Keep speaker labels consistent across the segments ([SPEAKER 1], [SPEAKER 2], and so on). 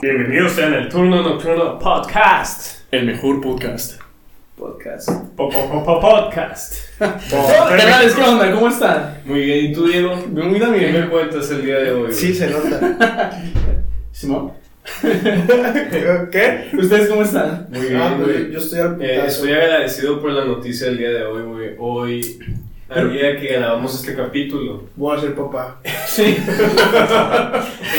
[SPEAKER 1] Bienvenidos sean al Turno Nocturno Podcast.
[SPEAKER 2] El mejor podcast.
[SPEAKER 3] Podcast.
[SPEAKER 2] Oh,
[SPEAKER 1] Po- po- po- po- Podcast.
[SPEAKER 2] Canales, ¿qué onda? ¿Cómo están?
[SPEAKER 3] Muy bien, ¿y tú, Diego?
[SPEAKER 2] Muy
[SPEAKER 3] ¿Qué
[SPEAKER 2] bien.
[SPEAKER 3] me cuentas el día de hoy?
[SPEAKER 4] Sí, se nota.
[SPEAKER 2] Simón.
[SPEAKER 4] ¿Qué?
[SPEAKER 2] ¿Ustedes cómo están?
[SPEAKER 3] Muy bien,
[SPEAKER 4] Ah, pues,
[SPEAKER 3] güey.
[SPEAKER 4] yo estoy al
[SPEAKER 3] Eh,
[SPEAKER 4] putazo.
[SPEAKER 3] estoy agradecido por la noticia del día de hoy, güey. Hoy, al día que grabamos este
[SPEAKER 2] Eh,
[SPEAKER 3] capítulo.
[SPEAKER 4] Voy a ser papá.
[SPEAKER 2] Sí.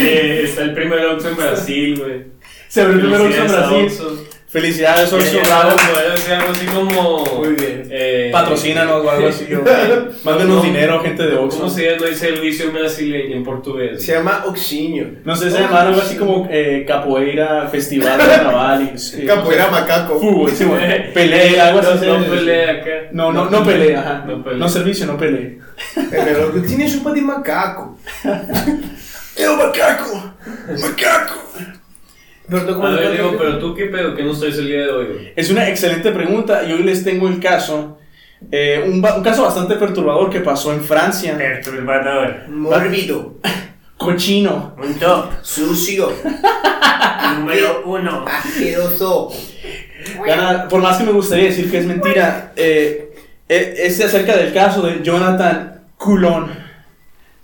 [SPEAKER 3] Eh, está el primer Oxxo en Brasil, güey.
[SPEAKER 2] Se abrió el primer Oxxo en Brasil. Felicidades,
[SPEAKER 3] Oxxo Bravo, güey. O sea, algo así como...
[SPEAKER 4] Muy bien.
[SPEAKER 3] Eh,
[SPEAKER 2] Patrocínanos o algo así. Mándenos
[SPEAKER 3] No.
[SPEAKER 2] dinero, gente de Oxxo.
[SPEAKER 3] ¿Cómo se llama el servicio brasileño en portugués?
[SPEAKER 4] Se llama Oxiño.
[SPEAKER 2] No sé, se llamaron algo así como eh, capoeira, festival, carnaval. y- sí.
[SPEAKER 4] Capoeira macaco.
[SPEAKER 2] Fútbol, sí,
[SPEAKER 3] Eh,
[SPEAKER 2] bueno. Pelea, algo así.
[SPEAKER 3] No, no
[SPEAKER 2] se-
[SPEAKER 3] pelea acá.
[SPEAKER 2] No, no, no pelea, ajá.
[SPEAKER 3] No pelea.
[SPEAKER 2] No servicio, no pelea.
[SPEAKER 4] En el otro, tiene chupa de macaco. ¡Yo macaco! ¡Macaco! Pero tú, ¿cómo
[SPEAKER 3] A
[SPEAKER 4] te
[SPEAKER 3] ver,
[SPEAKER 4] cuentas?
[SPEAKER 3] Diego, pero tú qué pedo que no traes el día de hoy, güey.
[SPEAKER 2] Es una excelente pregunta y hoy les tengo el caso, eh, un, ba- un caso bastante perturbador que pasó en Francia.
[SPEAKER 1] Perturbador.
[SPEAKER 4] Mórbido.
[SPEAKER 2] Cochino.
[SPEAKER 1] Un top.
[SPEAKER 4] Sucio.
[SPEAKER 1] Número uno.
[SPEAKER 4] Asqueroso.
[SPEAKER 2] Gana- por más que me gustaría decir que es mentira, eh, eh, es acerca del caso de Jonathan Coulon.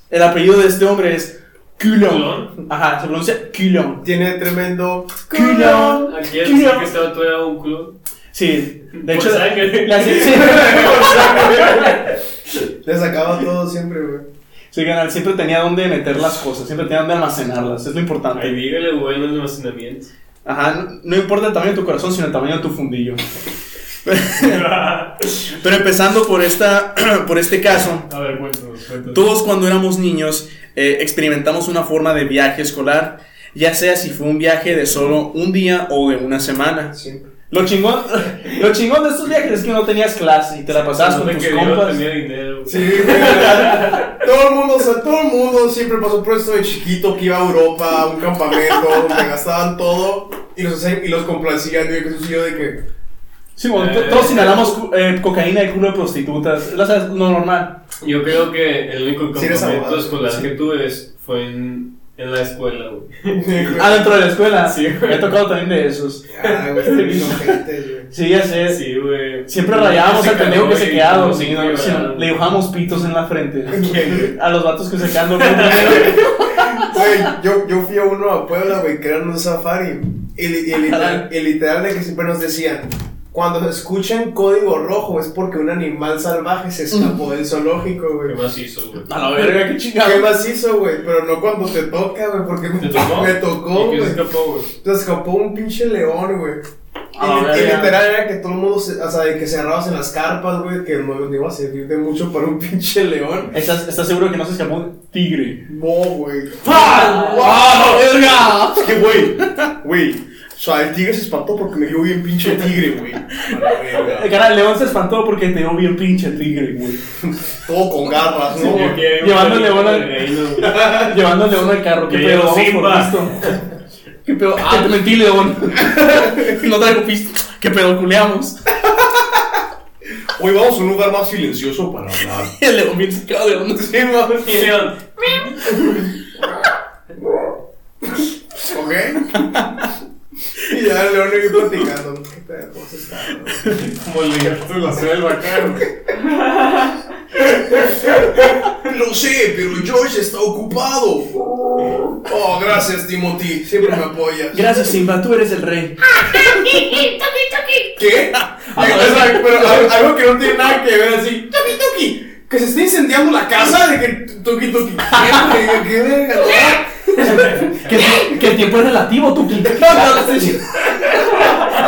[SPEAKER 2] El apellido de este hombre es Coulon.
[SPEAKER 3] ¿Coulon?
[SPEAKER 2] Ajá, se pronuncia Coulon.
[SPEAKER 4] Tiene tremendo.
[SPEAKER 2] Coulon.
[SPEAKER 3] Aquí el
[SPEAKER 2] Coulon.
[SPEAKER 3] que estaba todo un club.
[SPEAKER 2] Sí, de
[SPEAKER 3] Por
[SPEAKER 2] hecho,
[SPEAKER 3] sangre.
[SPEAKER 2] la- sí, sí.
[SPEAKER 4] Le sacaba todo siempre, güey.
[SPEAKER 2] Sí, canal, siempre tenía dónde meter las cosas, siempre tenía dónde almacenarlas, es lo importante.
[SPEAKER 3] Ay, dígale, güey, no es almacenamiento.
[SPEAKER 2] Ajá, no, no importa el tamaño de tu corazón, sino el tamaño de tu fundillo. Pero empezando por, esta, por este caso,
[SPEAKER 3] A ver, cuéntanos, cuéntanos.
[SPEAKER 2] todos cuando éramos niños eh, experimentamos una forma de viaje escolar, ya sea si fue un viaje de solo un día o de una semana.
[SPEAKER 4] Siempre.
[SPEAKER 2] Lo chingón, lo chingón de estos viajes es que no tenías clase y te la pasabas
[SPEAKER 3] No
[SPEAKER 2] con
[SPEAKER 3] me
[SPEAKER 2] tus
[SPEAKER 3] quería,
[SPEAKER 2] compas.
[SPEAKER 3] tenía dinero.
[SPEAKER 4] Sí, güey. Todo el mundo, o sea, todo el mundo siempre pasó por esto de chiquito que iba a Europa, a un campamento, donde gastaban todo y los, hacían- y los complacían. Y yo, yo de que.
[SPEAKER 2] Sí, bueno,
[SPEAKER 3] Eh.
[SPEAKER 2] todos inhalamos cu- eh, cocaína y culo de prostitutas. Lo sabes, lo normal.
[SPEAKER 3] Yo creo que el único
[SPEAKER 4] Sí eres
[SPEAKER 3] campamento
[SPEAKER 4] abogado,
[SPEAKER 3] escolar
[SPEAKER 4] sí.
[SPEAKER 3] que tuve es- fue en, en la escuela, güey.
[SPEAKER 2] Ah, dentro de la escuela.
[SPEAKER 3] Sí, güey.
[SPEAKER 2] Me he tocado también de esos.
[SPEAKER 4] Ay, güey, están bien ojetes, güey.
[SPEAKER 2] Sí, ya sé.
[SPEAKER 3] Sí, güey.
[SPEAKER 2] Siempre rayábamos
[SPEAKER 3] Se
[SPEAKER 2] al pendejo que
[SPEAKER 3] cagó
[SPEAKER 2] se
[SPEAKER 3] y
[SPEAKER 2] quedaba
[SPEAKER 3] como
[SPEAKER 2] dormido.
[SPEAKER 3] cinco
[SPEAKER 2] sí,
[SPEAKER 3] lloraron.
[SPEAKER 2] le dibujamos pitos en la frente.
[SPEAKER 3] ¿Quién?
[SPEAKER 2] A los vatos que se quedan dormidos.
[SPEAKER 4] Güey, yo, yo fui a uno a Puebla, güey, que era un safari. Y, li- y literal, y literal de que siempre nos decían: cuando escuchan código rojo es porque un animal salvaje se escapó del zoológico,
[SPEAKER 3] ¿Qué
[SPEAKER 4] güey.
[SPEAKER 3] más hizo, güey?
[SPEAKER 2] A la verga, qué
[SPEAKER 4] ¿Qué
[SPEAKER 2] chingado.
[SPEAKER 4] más hizo, güey? Pero no cuando te toca, güey, porque me
[SPEAKER 3] ¿Te tocó?
[SPEAKER 4] me tocó,
[SPEAKER 3] ¿Y qué se
[SPEAKER 4] güey.
[SPEAKER 3] escapó, güey?
[SPEAKER 4] Se escapó un pinche león, güey.
[SPEAKER 2] Ah,
[SPEAKER 4] y, y
[SPEAKER 2] verga.
[SPEAKER 4] literal era que todo el mundo, se, o sea, de que cerrabas en las carpas, güey, que no, no iba a servir de mucho para un pinche león.
[SPEAKER 2] ¿Estás, estás seguro que no se escapó un tigre?
[SPEAKER 4] No, güey.
[SPEAKER 2] ¡Ah, la verga!
[SPEAKER 4] Es que, güey, güey, o sea, el tigre se espantó porque me dio bien pinche tigre, güey. A la verga.
[SPEAKER 2] El cara del león se espantó porque te dio bien pinche tigre, güey.
[SPEAKER 4] Todo con garras, ¿no?
[SPEAKER 3] Yo quería un
[SPEAKER 2] llevándole
[SPEAKER 3] perrito
[SPEAKER 2] una-
[SPEAKER 3] de reino, güey.
[SPEAKER 2] Llevando al león al carro, qué
[SPEAKER 3] Que
[SPEAKER 2] pedo.
[SPEAKER 3] llegó
[SPEAKER 2] vamos por
[SPEAKER 3] Simba.
[SPEAKER 2] pisto. Qué pedo. Ah, te mentí, león. No traigo pisto. Qué pedo, culeamos.
[SPEAKER 4] Hoy vamos a un lugar más silencioso para hablar.
[SPEAKER 2] El león bien sacado de onda.
[SPEAKER 4] Sí, mami.
[SPEAKER 3] Y León,
[SPEAKER 4] ¿Ok? Y ya el león le iba platicando. ¿Qué pedo? ¿Cómo se está? güey?
[SPEAKER 3] como el gato de la selva, cara, güey.
[SPEAKER 4] Lo sé, pero George está ocupado. Oh, gracias, Timothy. Siempre me apoyas.
[SPEAKER 2] Gracias, Simba, tú eres el rey.
[SPEAKER 4] ¿Qué?
[SPEAKER 2] no,
[SPEAKER 4] O sea, pero algo- algo que no tiene nada que ver así. Toki Toki. Que se está incendiando la casa de que Toki Toki. ¿Qué, qué verga?
[SPEAKER 2] Que, que el tiempo es relativo, tú. El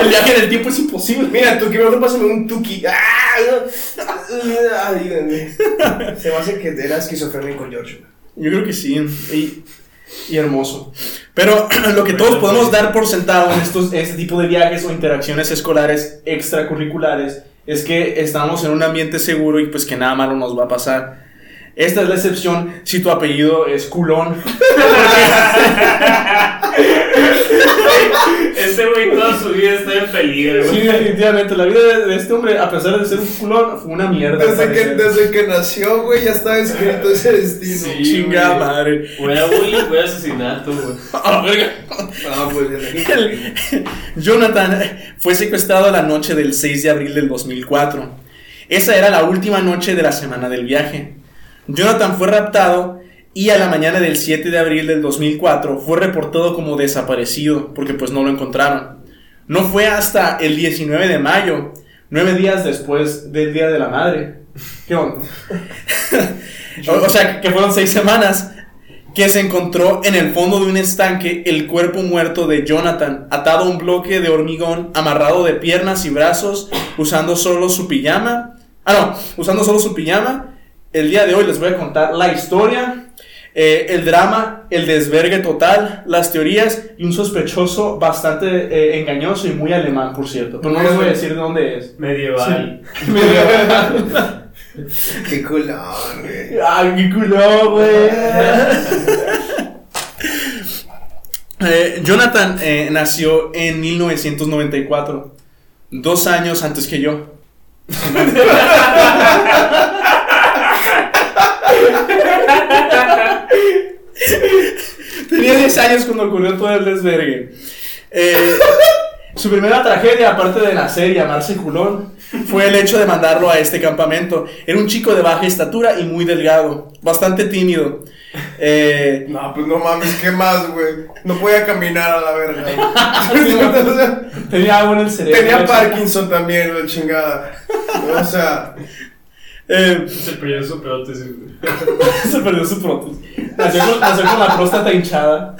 [SPEAKER 2] viaje del tiempo es imposible.
[SPEAKER 4] Mira, Tuki, mejor pásame un Tuki. Ah, no. Ay, güey. se me hace que era esquizofrénico George.
[SPEAKER 2] Yo creo que sí, y, y hermoso. Pero lo que todos podemos dar por sentado en estos, este tipo de viajes o interacciones escolares extracurriculares es que estamos en un ambiente seguro y pues que nada malo nos va a pasar. Esta es la excepción si tu apellido es culón. Porque-
[SPEAKER 1] Ese güey toda su vida está en peligro,
[SPEAKER 2] Sí,
[SPEAKER 1] güey.
[SPEAKER 2] definitivamente. La vida de este hombre, a pesar de ser un culón, fue una mierda. al
[SPEAKER 4] Desde que,
[SPEAKER 2] parecer.
[SPEAKER 4] desde que nació, güey, ya estaba escrito ese destino.
[SPEAKER 3] Sí.
[SPEAKER 2] Chinga
[SPEAKER 3] güey.
[SPEAKER 2] madre.
[SPEAKER 3] Güey, a bullying, güey, a asesinato, güey.
[SPEAKER 2] A la verga.
[SPEAKER 4] Ah, pues ya la-
[SPEAKER 2] El- Jonathan fue secuestrado la noche del 6 de abril del 2004. Esa era la última noche de la semana del viaje. Jonathan fue raptado y a la mañana del 7 de abril del 2004 fue reportado como desaparecido porque pues no lo encontraron. No fue hasta el 19 de mayo, nueve días después del Día de la Madre. ¿Qué onda? o, o sea, que fueron seis semanas que se encontró en el fondo de un estanque el cuerpo muerto de Jonathan, atado a un bloque de hormigón, amarrado de piernas y brazos, usando solo su pijama. Ah, no, usando solo su pijama. El día de hoy les voy a contar la historia, eh, el drama, el desvergue total, las teorías y un sospechoso bastante eh, engañoso y muy alemán, por cierto. Pero no les voy a decir de dónde es.
[SPEAKER 1] Medieval.
[SPEAKER 4] Qué culón, güey.
[SPEAKER 2] ¡Ay, qué culo, güey! Eh, Jonathan eh, nació en 1994, dos años antes que yo. Tenía 10 años cuando ocurrió todo el desvergue. Eh, su primera tragedia, aparte de nacer y llamarse culón, fue el hecho de mandarlo a este campamento. Era un chico de baja estatura y muy delgado, bastante tímido. Eh,
[SPEAKER 4] No, pues no mames, ¿qué más, güey? No podía caminar a la verga. O sea,
[SPEAKER 2] tenía agua en el cerebro.
[SPEAKER 4] Tenía Parkinson también, la chingada. O sea,
[SPEAKER 2] Eh,
[SPEAKER 3] Se perdió su prótesis, güey.
[SPEAKER 2] Se perdió su prótesis. Nació con, nació con la próstata hinchada.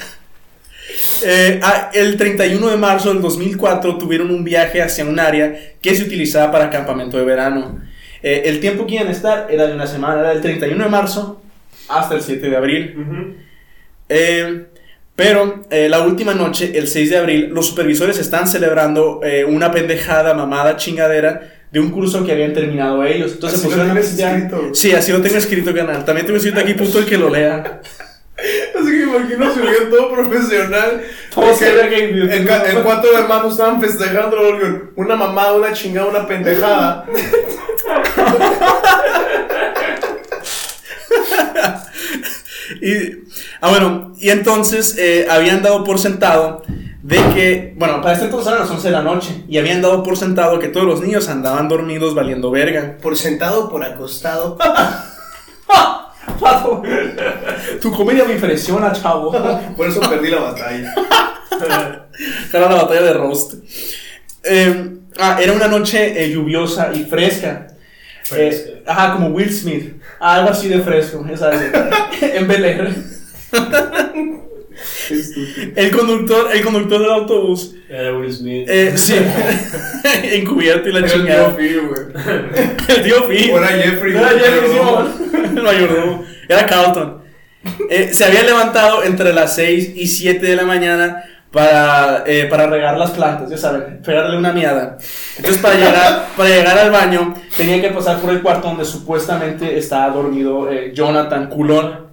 [SPEAKER 2] Eh, ah, el 31 de marzo del 2004 tuvieron un viaje hacia un área que se utilizaba para campamento de verano. Eh, el tiempo que iban a estar era de una semana, era del 31 de marzo hasta el 7 de abril. Eh, pero eh, la última noche, el 6 de abril, los supervisores están celebrando eh, una pendejada, mamada, chingadera de un curso que habían terminado ellos. Entonces
[SPEAKER 4] Así lo
[SPEAKER 2] pusieron a
[SPEAKER 4] tienes
[SPEAKER 2] pistear.
[SPEAKER 4] escrito.
[SPEAKER 2] Sí, así lo tengo escrito, canal. También tengo escrito aquí, punto el que lo lea.
[SPEAKER 4] así que me imagino subió todo profesional.
[SPEAKER 2] Todo se ve que-
[SPEAKER 4] el, ca- el 4 de marzo estaban festejando Orion. Una mamada, una chingada, una pendejada.
[SPEAKER 2] Y, ah, bueno, y entonces eh, habían dado por sentado de que, bueno, para este entonces eran las 11 de la noche, y habían dado por sentado que todos los niños andaban dormidos valiendo verga.
[SPEAKER 4] Por sentado, por acostado.
[SPEAKER 2] Tu comedia me impresiona, chavo.
[SPEAKER 4] Por eso perdí la batalla.
[SPEAKER 2] Era la batalla de Roast. Eh, ah, era una noche eh, lluviosa y fresca.
[SPEAKER 3] Fresca.
[SPEAKER 2] Eh, ajá, como Will Smith. Algo así de fresco, ya sabes. en Bel Air. El conductor, el conductor del autobús.
[SPEAKER 3] Era Will Smith.
[SPEAKER 2] eh, sí. Encubierto y la
[SPEAKER 4] Era el
[SPEAKER 2] chingada.
[SPEAKER 4] tío Phil, güey.
[SPEAKER 2] El tío Phil.
[SPEAKER 4] Era Jeffrey.
[SPEAKER 2] Era
[SPEAKER 4] güey,
[SPEAKER 2] Jeffrey,
[SPEAKER 4] pero no.
[SPEAKER 2] Simón. Lo ayudó. Era Carlton. Eh, se había levantado entre las 6 y 7 de la mañana para, eh, para regar las plantas, ya saben, pegarle una miada. Entonces, para llegar, para llegar al baño, tenía que pasar por el cuarto donde supuestamente estaba dormido eh, Jonathan Culón,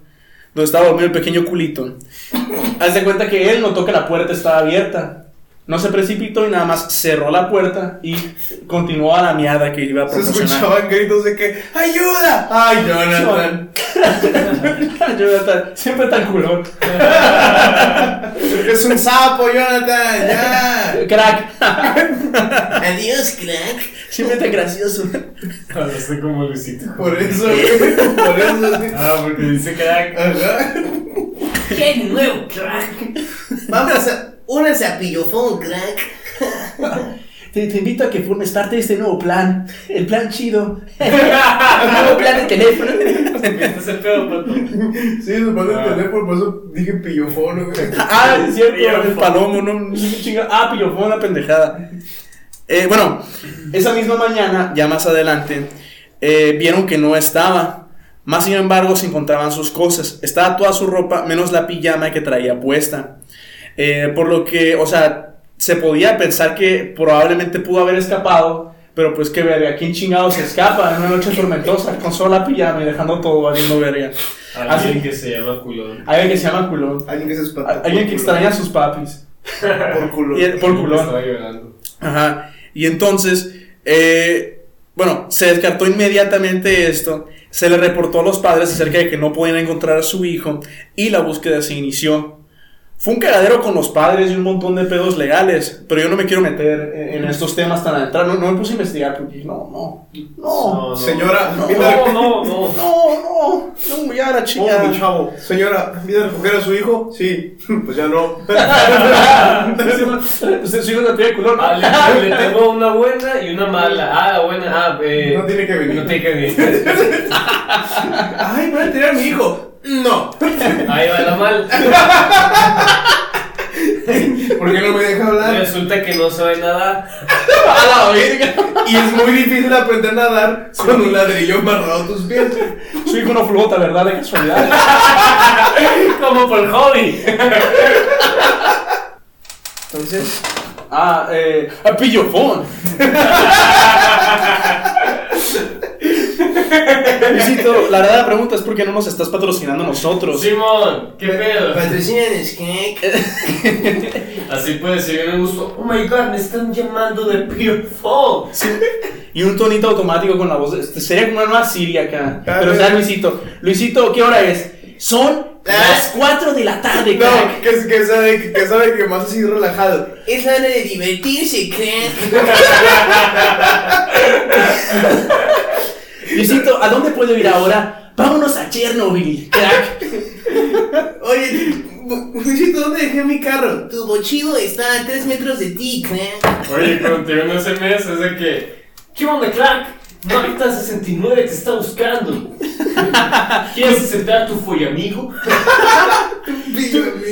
[SPEAKER 2] donde estaba dormido el pequeño culito. Haz de cuenta que él notó que la puerta estaba abierta. No se precipitó y nada más cerró la puerta y continuó a la miada que iba a
[SPEAKER 4] Se
[SPEAKER 2] proporcionar.
[SPEAKER 4] escuchaban gritos de que ¡Ayuda! ¡Ay, Jonathan!
[SPEAKER 2] Jonathan, siempre tan culón.
[SPEAKER 4] ¡Es un sapo, Jonathan! ¡Ya!
[SPEAKER 2] Crack.
[SPEAKER 4] ¡Adiós, crack!
[SPEAKER 2] Siempre tan gracioso.
[SPEAKER 1] Hablaste como Luisito.
[SPEAKER 4] Por eso, güey, por eso. sí.
[SPEAKER 1] Ah, porque dice crack.
[SPEAKER 4] Ajá.
[SPEAKER 5] ¡Qué nuevo crack!
[SPEAKER 4] Vamos a. Únanse a Pillofón, crack.
[SPEAKER 2] Te, te invito a que formes parte de este nuevo plan. El plan chido. El nuevo plan de teléfono.
[SPEAKER 3] ¿Viste ese pedo, pato?
[SPEAKER 4] Sí, se pone
[SPEAKER 3] Ah.
[SPEAKER 4] el teléfono, por eso dije Pillofón, güey.
[SPEAKER 2] Ah, es cierto,
[SPEAKER 1] Pillofón.
[SPEAKER 2] el palomo, no, no sé qué chinga- Ah, pillofón, una pendejada. Eh, bueno, esa misma mañana, ya más adelante, eh, vieron que no estaba. Más sin embargo, se encontraban sus cosas. Estaba toda su ropa, menos la pijama que traía puesta. Eh, por lo que, o sea, se podía pensar que probablemente pudo haber escapado. Pero pues que verga, ¿quién chingado se escapa en una noche tormentosa con solo la pijama y dejando todo valiendo verga?
[SPEAKER 3] Ah, Alguien que se llama culón.
[SPEAKER 2] Alguien que se llama culón.
[SPEAKER 4] Alguien que se espantó.
[SPEAKER 2] Alguien que extraña a sus papis.
[SPEAKER 4] Por culo.
[SPEAKER 2] Y el- por culón.
[SPEAKER 3] Estaba llorando.
[SPEAKER 2] Ajá. Y entonces, eh, bueno, se descartó inmediatamente esto. Se le reportó a los padres acerca de que no podían encontrar a su hijo y la búsqueda se inició. Fue un cagadero con los padres y un montón de pedos legales, pero yo no me quiero meter en en estos temas tan adentro. No, no me puse a investigar porque no, no, no,
[SPEAKER 3] No,
[SPEAKER 4] Señora,
[SPEAKER 2] No.
[SPEAKER 4] mira-
[SPEAKER 3] No, no, no.
[SPEAKER 2] no, no, no, ya la
[SPEAKER 4] Oh,
[SPEAKER 2] chingada.
[SPEAKER 4] mi chavo. Señora, ¿viene a recoger a su hijo? Sí. Pues ya no.
[SPEAKER 2] Usted su hijo la tiene de culón.
[SPEAKER 3] Ah, le, le tengo una buena y una mala. Ah, la buena, ah, eh,
[SPEAKER 4] No tiene que venir.
[SPEAKER 3] No tiene que venir.
[SPEAKER 4] Ay, van a tirar a mi hijo. No.
[SPEAKER 3] Ahí va la mal.
[SPEAKER 4] ¿Por qué no me deja hablar?
[SPEAKER 3] Resulta que no sabe nada.
[SPEAKER 2] A la verga.
[SPEAKER 4] Y es muy difícil aprender a nadar con un ladrillo amarrado a tus pies.
[SPEAKER 2] Su hijo no flota, ¿verdad? De casualidad.
[SPEAKER 3] Como por hobby.
[SPEAKER 4] Entonces,
[SPEAKER 2] Ah, eh, a pillofón. Luisito, la verdad la pregunta es por qué no nos estás patrocinando nosotros.
[SPEAKER 3] Simón, ¿qué pedo?
[SPEAKER 4] patrocínanos, ¿qué?
[SPEAKER 3] Así puede ser bien a gusto. Oh my god, me están llamando de Pure
[SPEAKER 2] Y un tonito automático con la voz. de- este, sería como una nueva Siri acá.
[SPEAKER 4] Ah,
[SPEAKER 2] Pero
[SPEAKER 4] no.
[SPEAKER 2] sea Luisito. Luisito, ¿qué hora es? Son
[SPEAKER 4] Ah.
[SPEAKER 2] las 4 de la tarde, crack.
[SPEAKER 4] No, que, que sabe que sabe que más así relajado. Es la hora de divertirse, ¿qué?
[SPEAKER 2] Luisito, ¿a dónde puedo ir ahora? Vámonos a Chernobyl, crack.
[SPEAKER 4] Oye, Luisito, ¿dónde dejé mi carro? Tu bochivo está a 3 metros de ti, ¿qué?
[SPEAKER 3] Oye, cuando te unos SMS es de que. ¿Qué onda, crack? Marta 69 te está buscando. ¿Quieres aceptar tu follamigo?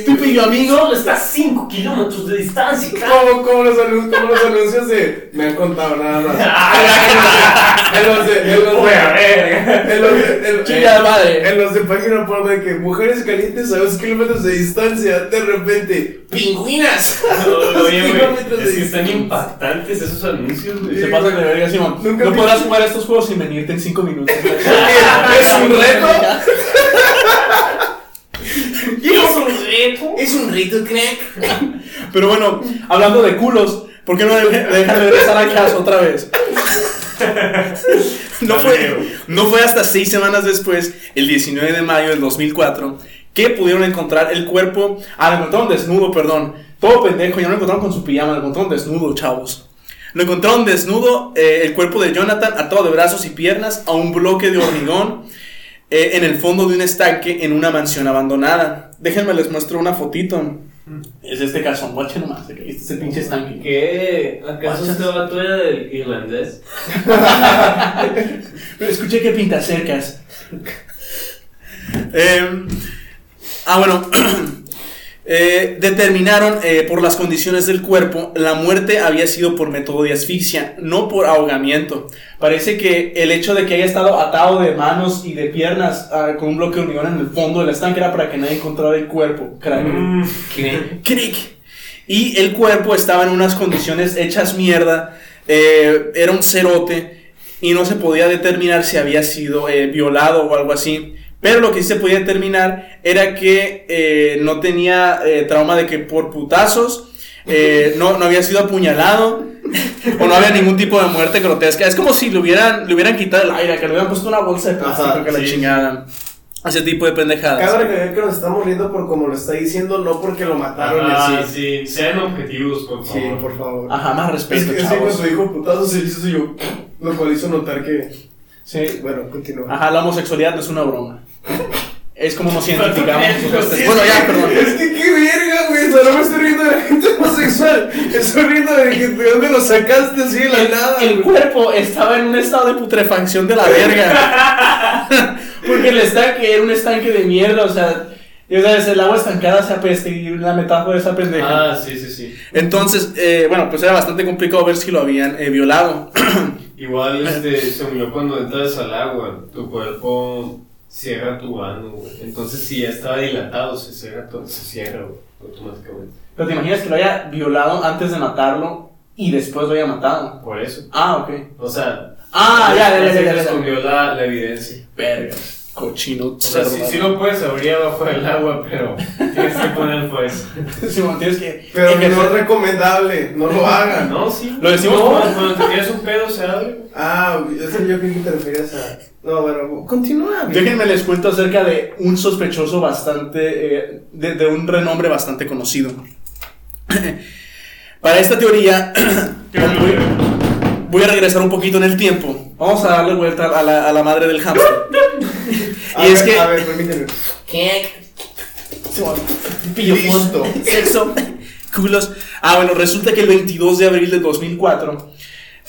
[SPEAKER 2] Tu pillo amigo.
[SPEAKER 3] Solo está a 5 kilómetros de distancia, crack.
[SPEAKER 4] Como, como, los anun- como los anuncios de. Me han contado nada más. Ah, En los de. En los
[SPEAKER 3] Voy
[SPEAKER 4] de.
[SPEAKER 3] a ver.
[SPEAKER 4] En los de. en-
[SPEAKER 2] Chingada madre.
[SPEAKER 4] En los de página porno de que mujeres calientes a dos kilómetros de distancia, de repente, ¡pingüinas!
[SPEAKER 3] Oye,
[SPEAKER 4] Kilómetros
[SPEAKER 3] güey,
[SPEAKER 4] de
[SPEAKER 3] es que están
[SPEAKER 4] distancia.
[SPEAKER 3] impactantes esos anuncios, güey.
[SPEAKER 2] Se pasa de verga, Simón.
[SPEAKER 4] Nunca
[SPEAKER 2] no
[SPEAKER 4] vi-
[SPEAKER 2] podrás jugar a estos juegos sin venirte en 5 minutos.
[SPEAKER 4] ¿Es un reto?
[SPEAKER 5] ¡Es un reto!
[SPEAKER 4] ¿Es un reto, crack?
[SPEAKER 2] Pero bueno, hablando de culos, ¿por qué no le le dejan regresar a casa otra vez? No fue, no fue hasta seis semanas después, el 19 de mayo del 2004, que pudieron encontrar el cuerpo. Ah, lo encontraron desnudo, perdón. Todo pendejo, ya no lo encontraron con su pijama, lo encontraron desnudo, chavos. Lo encontraron desnudo, eh, el cuerpo de Jonathan atado de brazos y piernas a un bloque de hormigón eh, en el fondo de un estanque en una mansión abandonada. Déjenme les muestro una fotito. Es este caso, guache nomás, este ese pinche estanque.
[SPEAKER 3] ¿Qué? ¿Acaso este vato era del irlandés?
[SPEAKER 2] Pero escuché que pinta cercas. Eh, ah, bueno. Eh, determinaron eh, por las condiciones del cuerpo, la muerte había sido por método de asfixia, no por ahogamiento. Parece que el hecho de que haya estado atado de manos y de piernas ah, con un bloque de hormigón en el fondo del estanque era para que nadie encontrara el cuerpo. Crack.
[SPEAKER 3] Mm. ¿Qué?
[SPEAKER 2] Crick. Y el cuerpo estaba en unas condiciones hechas mierda. eh, era un cerote. Y no se podía determinar si había sido eh, violado o algo así. Pero lo que sí se podía determinar era que eh, no tenía eh, trauma de que por putazos eh, no, no había sido apuñalado o no había ningún tipo de muerte grotesca. Es como si le hubieran, le hubieran quitado el aire, que le hubieran puesto una bolsa de plástico
[SPEAKER 4] Ajá,
[SPEAKER 2] que la
[SPEAKER 4] sí, sí.
[SPEAKER 2] chingaran. Ese tipo de pendejadas.
[SPEAKER 4] Cabe recalcar que nos estamos riendo por como lo está diciendo, no porque lo mataron y
[SPEAKER 3] Ah,
[SPEAKER 4] así.
[SPEAKER 3] sí, sean objetivos, por
[SPEAKER 4] Sí,
[SPEAKER 3] favor.
[SPEAKER 4] por favor.
[SPEAKER 2] Ajá, más
[SPEAKER 4] es
[SPEAKER 2] respeto,
[SPEAKER 4] que sí,
[SPEAKER 2] chavos.
[SPEAKER 4] con su hijo putazo se hizo yo. Lo cual hizo notar que.
[SPEAKER 2] Sí. Ah,
[SPEAKER 4] Bueno, continúa.
[SPEAKER 2] Ajá, la homosexualidad no es una broma. Es como nos identificamos.
[SPEAKER 3] Pero tú
[SPEAKER 2] nosotros.
[SPEAKER 4] Sí, es
[SPEAKER 2] bueno,
[SPEAKER 4] que-
[SPEAKER 2] ya, perdón.
[SPEAKER 4] Es que qué verga, güey. O sea, no me estoy riendo de la gente homosexual. Estoy riendo de que de dónde lo sacaste así de la nada.
[SPEAKER 2] El, el cuerpo estaba en un estado de putrefacción de la verga. Porque el estanque era un estanque de mierda, o sea, y, o sea, es el agua estancada se apesta y la metáfora es esa pendeja.
[SPEAKER 3] Ah, sí, sí, sí.
[SPEAKER 2] Entonces, eh, bueno, pues era bastante complicado ver si lo habían eh, violado.
[SPEAKER 3] Igual este, se unió cuando entras al agua, tu cuerpo cierra tu ano, güey. Entonces, si ya estaba dilatado, se cierra, todo, se cierra, güey, automáticamente.
[SPEAKER 2] Pero te imaginas que lo haya violado antes de matarlo y después lo haya matado.
[SPEAKER 3] Por eso.
[SPEAKER 2] Ah, ok.
[SPEAKER 3] O sea,
[SPEAKER 2] Ah, ya, ya, ya, ya, ya, ya.
[SPEAKER 3] escondió la, la evidencia.
[SPEAKER 2] Vergas. Cochino.
[SPEAKER 3] O sea, sí,
[SPEAKER 2] cerdo.
[SPEAKER 3] sí lo puedes abrir abajo del agua, pero tienes que poner pues.
[SPEAKER 2] Simón, tienes que.
[SPEAKER 4] Pero
[SPEAKER 2] que
[SPEAKER 4] no es
[SPEAKER 2] hacer-
[SPEAKER 4] recomendable, no lo hagan.
[SPEAKER 3] No, sí.
[SPEAKER 2] Lo decimos
[SPEAKER 3] No,
[SPEAKER 2] como-
[SPEAKER 3] cuando te tienes un pedo se abre.
[SPEAKER 4] Ah, es que yo creí que te referías a. No, bueno, continúa. güey.
[SPEAKER 2] Déjenme les cuento acerca de un sospechoso bastante. eh, de, de un renombre bastante conocido. Para esta teoría, voy, voy a regresar un poquito en el tiempo. Vamos a darle vuelta a la, a la madre del hamster.
[SPEAKER 4] A
[SPEAKER 2] y es
[SPEAKER 4] ver,
[SPEAKER 2] que.
[SPEAKER 4] A ver, permíteme.
[SPEAKER 2] Simón, pillofón,
[SPEAKER 4] Listo.
[SPEAKER 2] sexo, culos. Ah, bueno, resulta que el 22 de abril de 2004,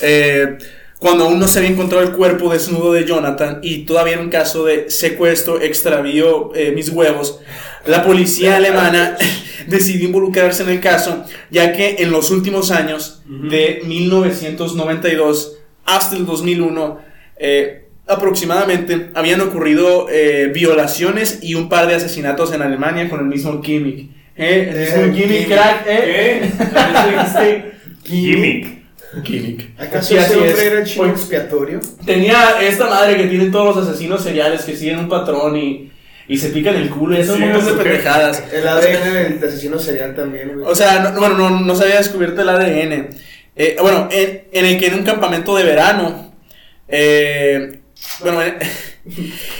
[SPEAKER 2] eh, cuando aún no se había encontrado el cuerpo desnudo de Jonathan y todavía era un caso de secuestro, extravío, eh, mis huevos, la policía alemana decidió involucrarse en el caso, ya que en los últimos años, de 1992 hasta el 2001, eh, aproximadamente habían ocurrido eh, violaciones y un par de asesinatos en Alemania con el mismo Kimmich. Eh, el mismo
[SPEAKER 4] Eh,
[SPEAKER 2] Kimmich,
[SPEAKER 4] Kimmich.
[SPEAKER 2] crack, eh.
[SPEAKER 3] ¿Qué? ¿Eso dijiste?
[SPEAKER 1] Gimmick.
[SPEAKER 2] Kimmich.
[SPEAKER 4] ¿Acaso
[SPEAKER 2] Sí,
[SPEAKER 4] ese
[SPEAKER 2] así
[SPEAKER 4] hombre
[SPEAKER 2] es. Pues-
[SPEAKER 4] era el chivo
[SPEAKER 2] Oye.
[SPEAKER 4] expiatorio?
[SPEAKER 2] Tenía esta madre que tienen todos los asesinos seriales que siguen un patrón y, y se pican el culo y hacen un
[SPEAKER 1] Sí,
[SPEAKER 2] montón de
[SPEAKER 1] ok.
[SPEAKER 2] pendejadas. Eh,
[SPEAKER 4] El ADN del asesino serial también, güey.
[SPEAKER 2] O sea, no, bueno, no, no se había descubierto el ADN. Eh, bueno, en, en el que en un campamento de verano, eh, bueno, en-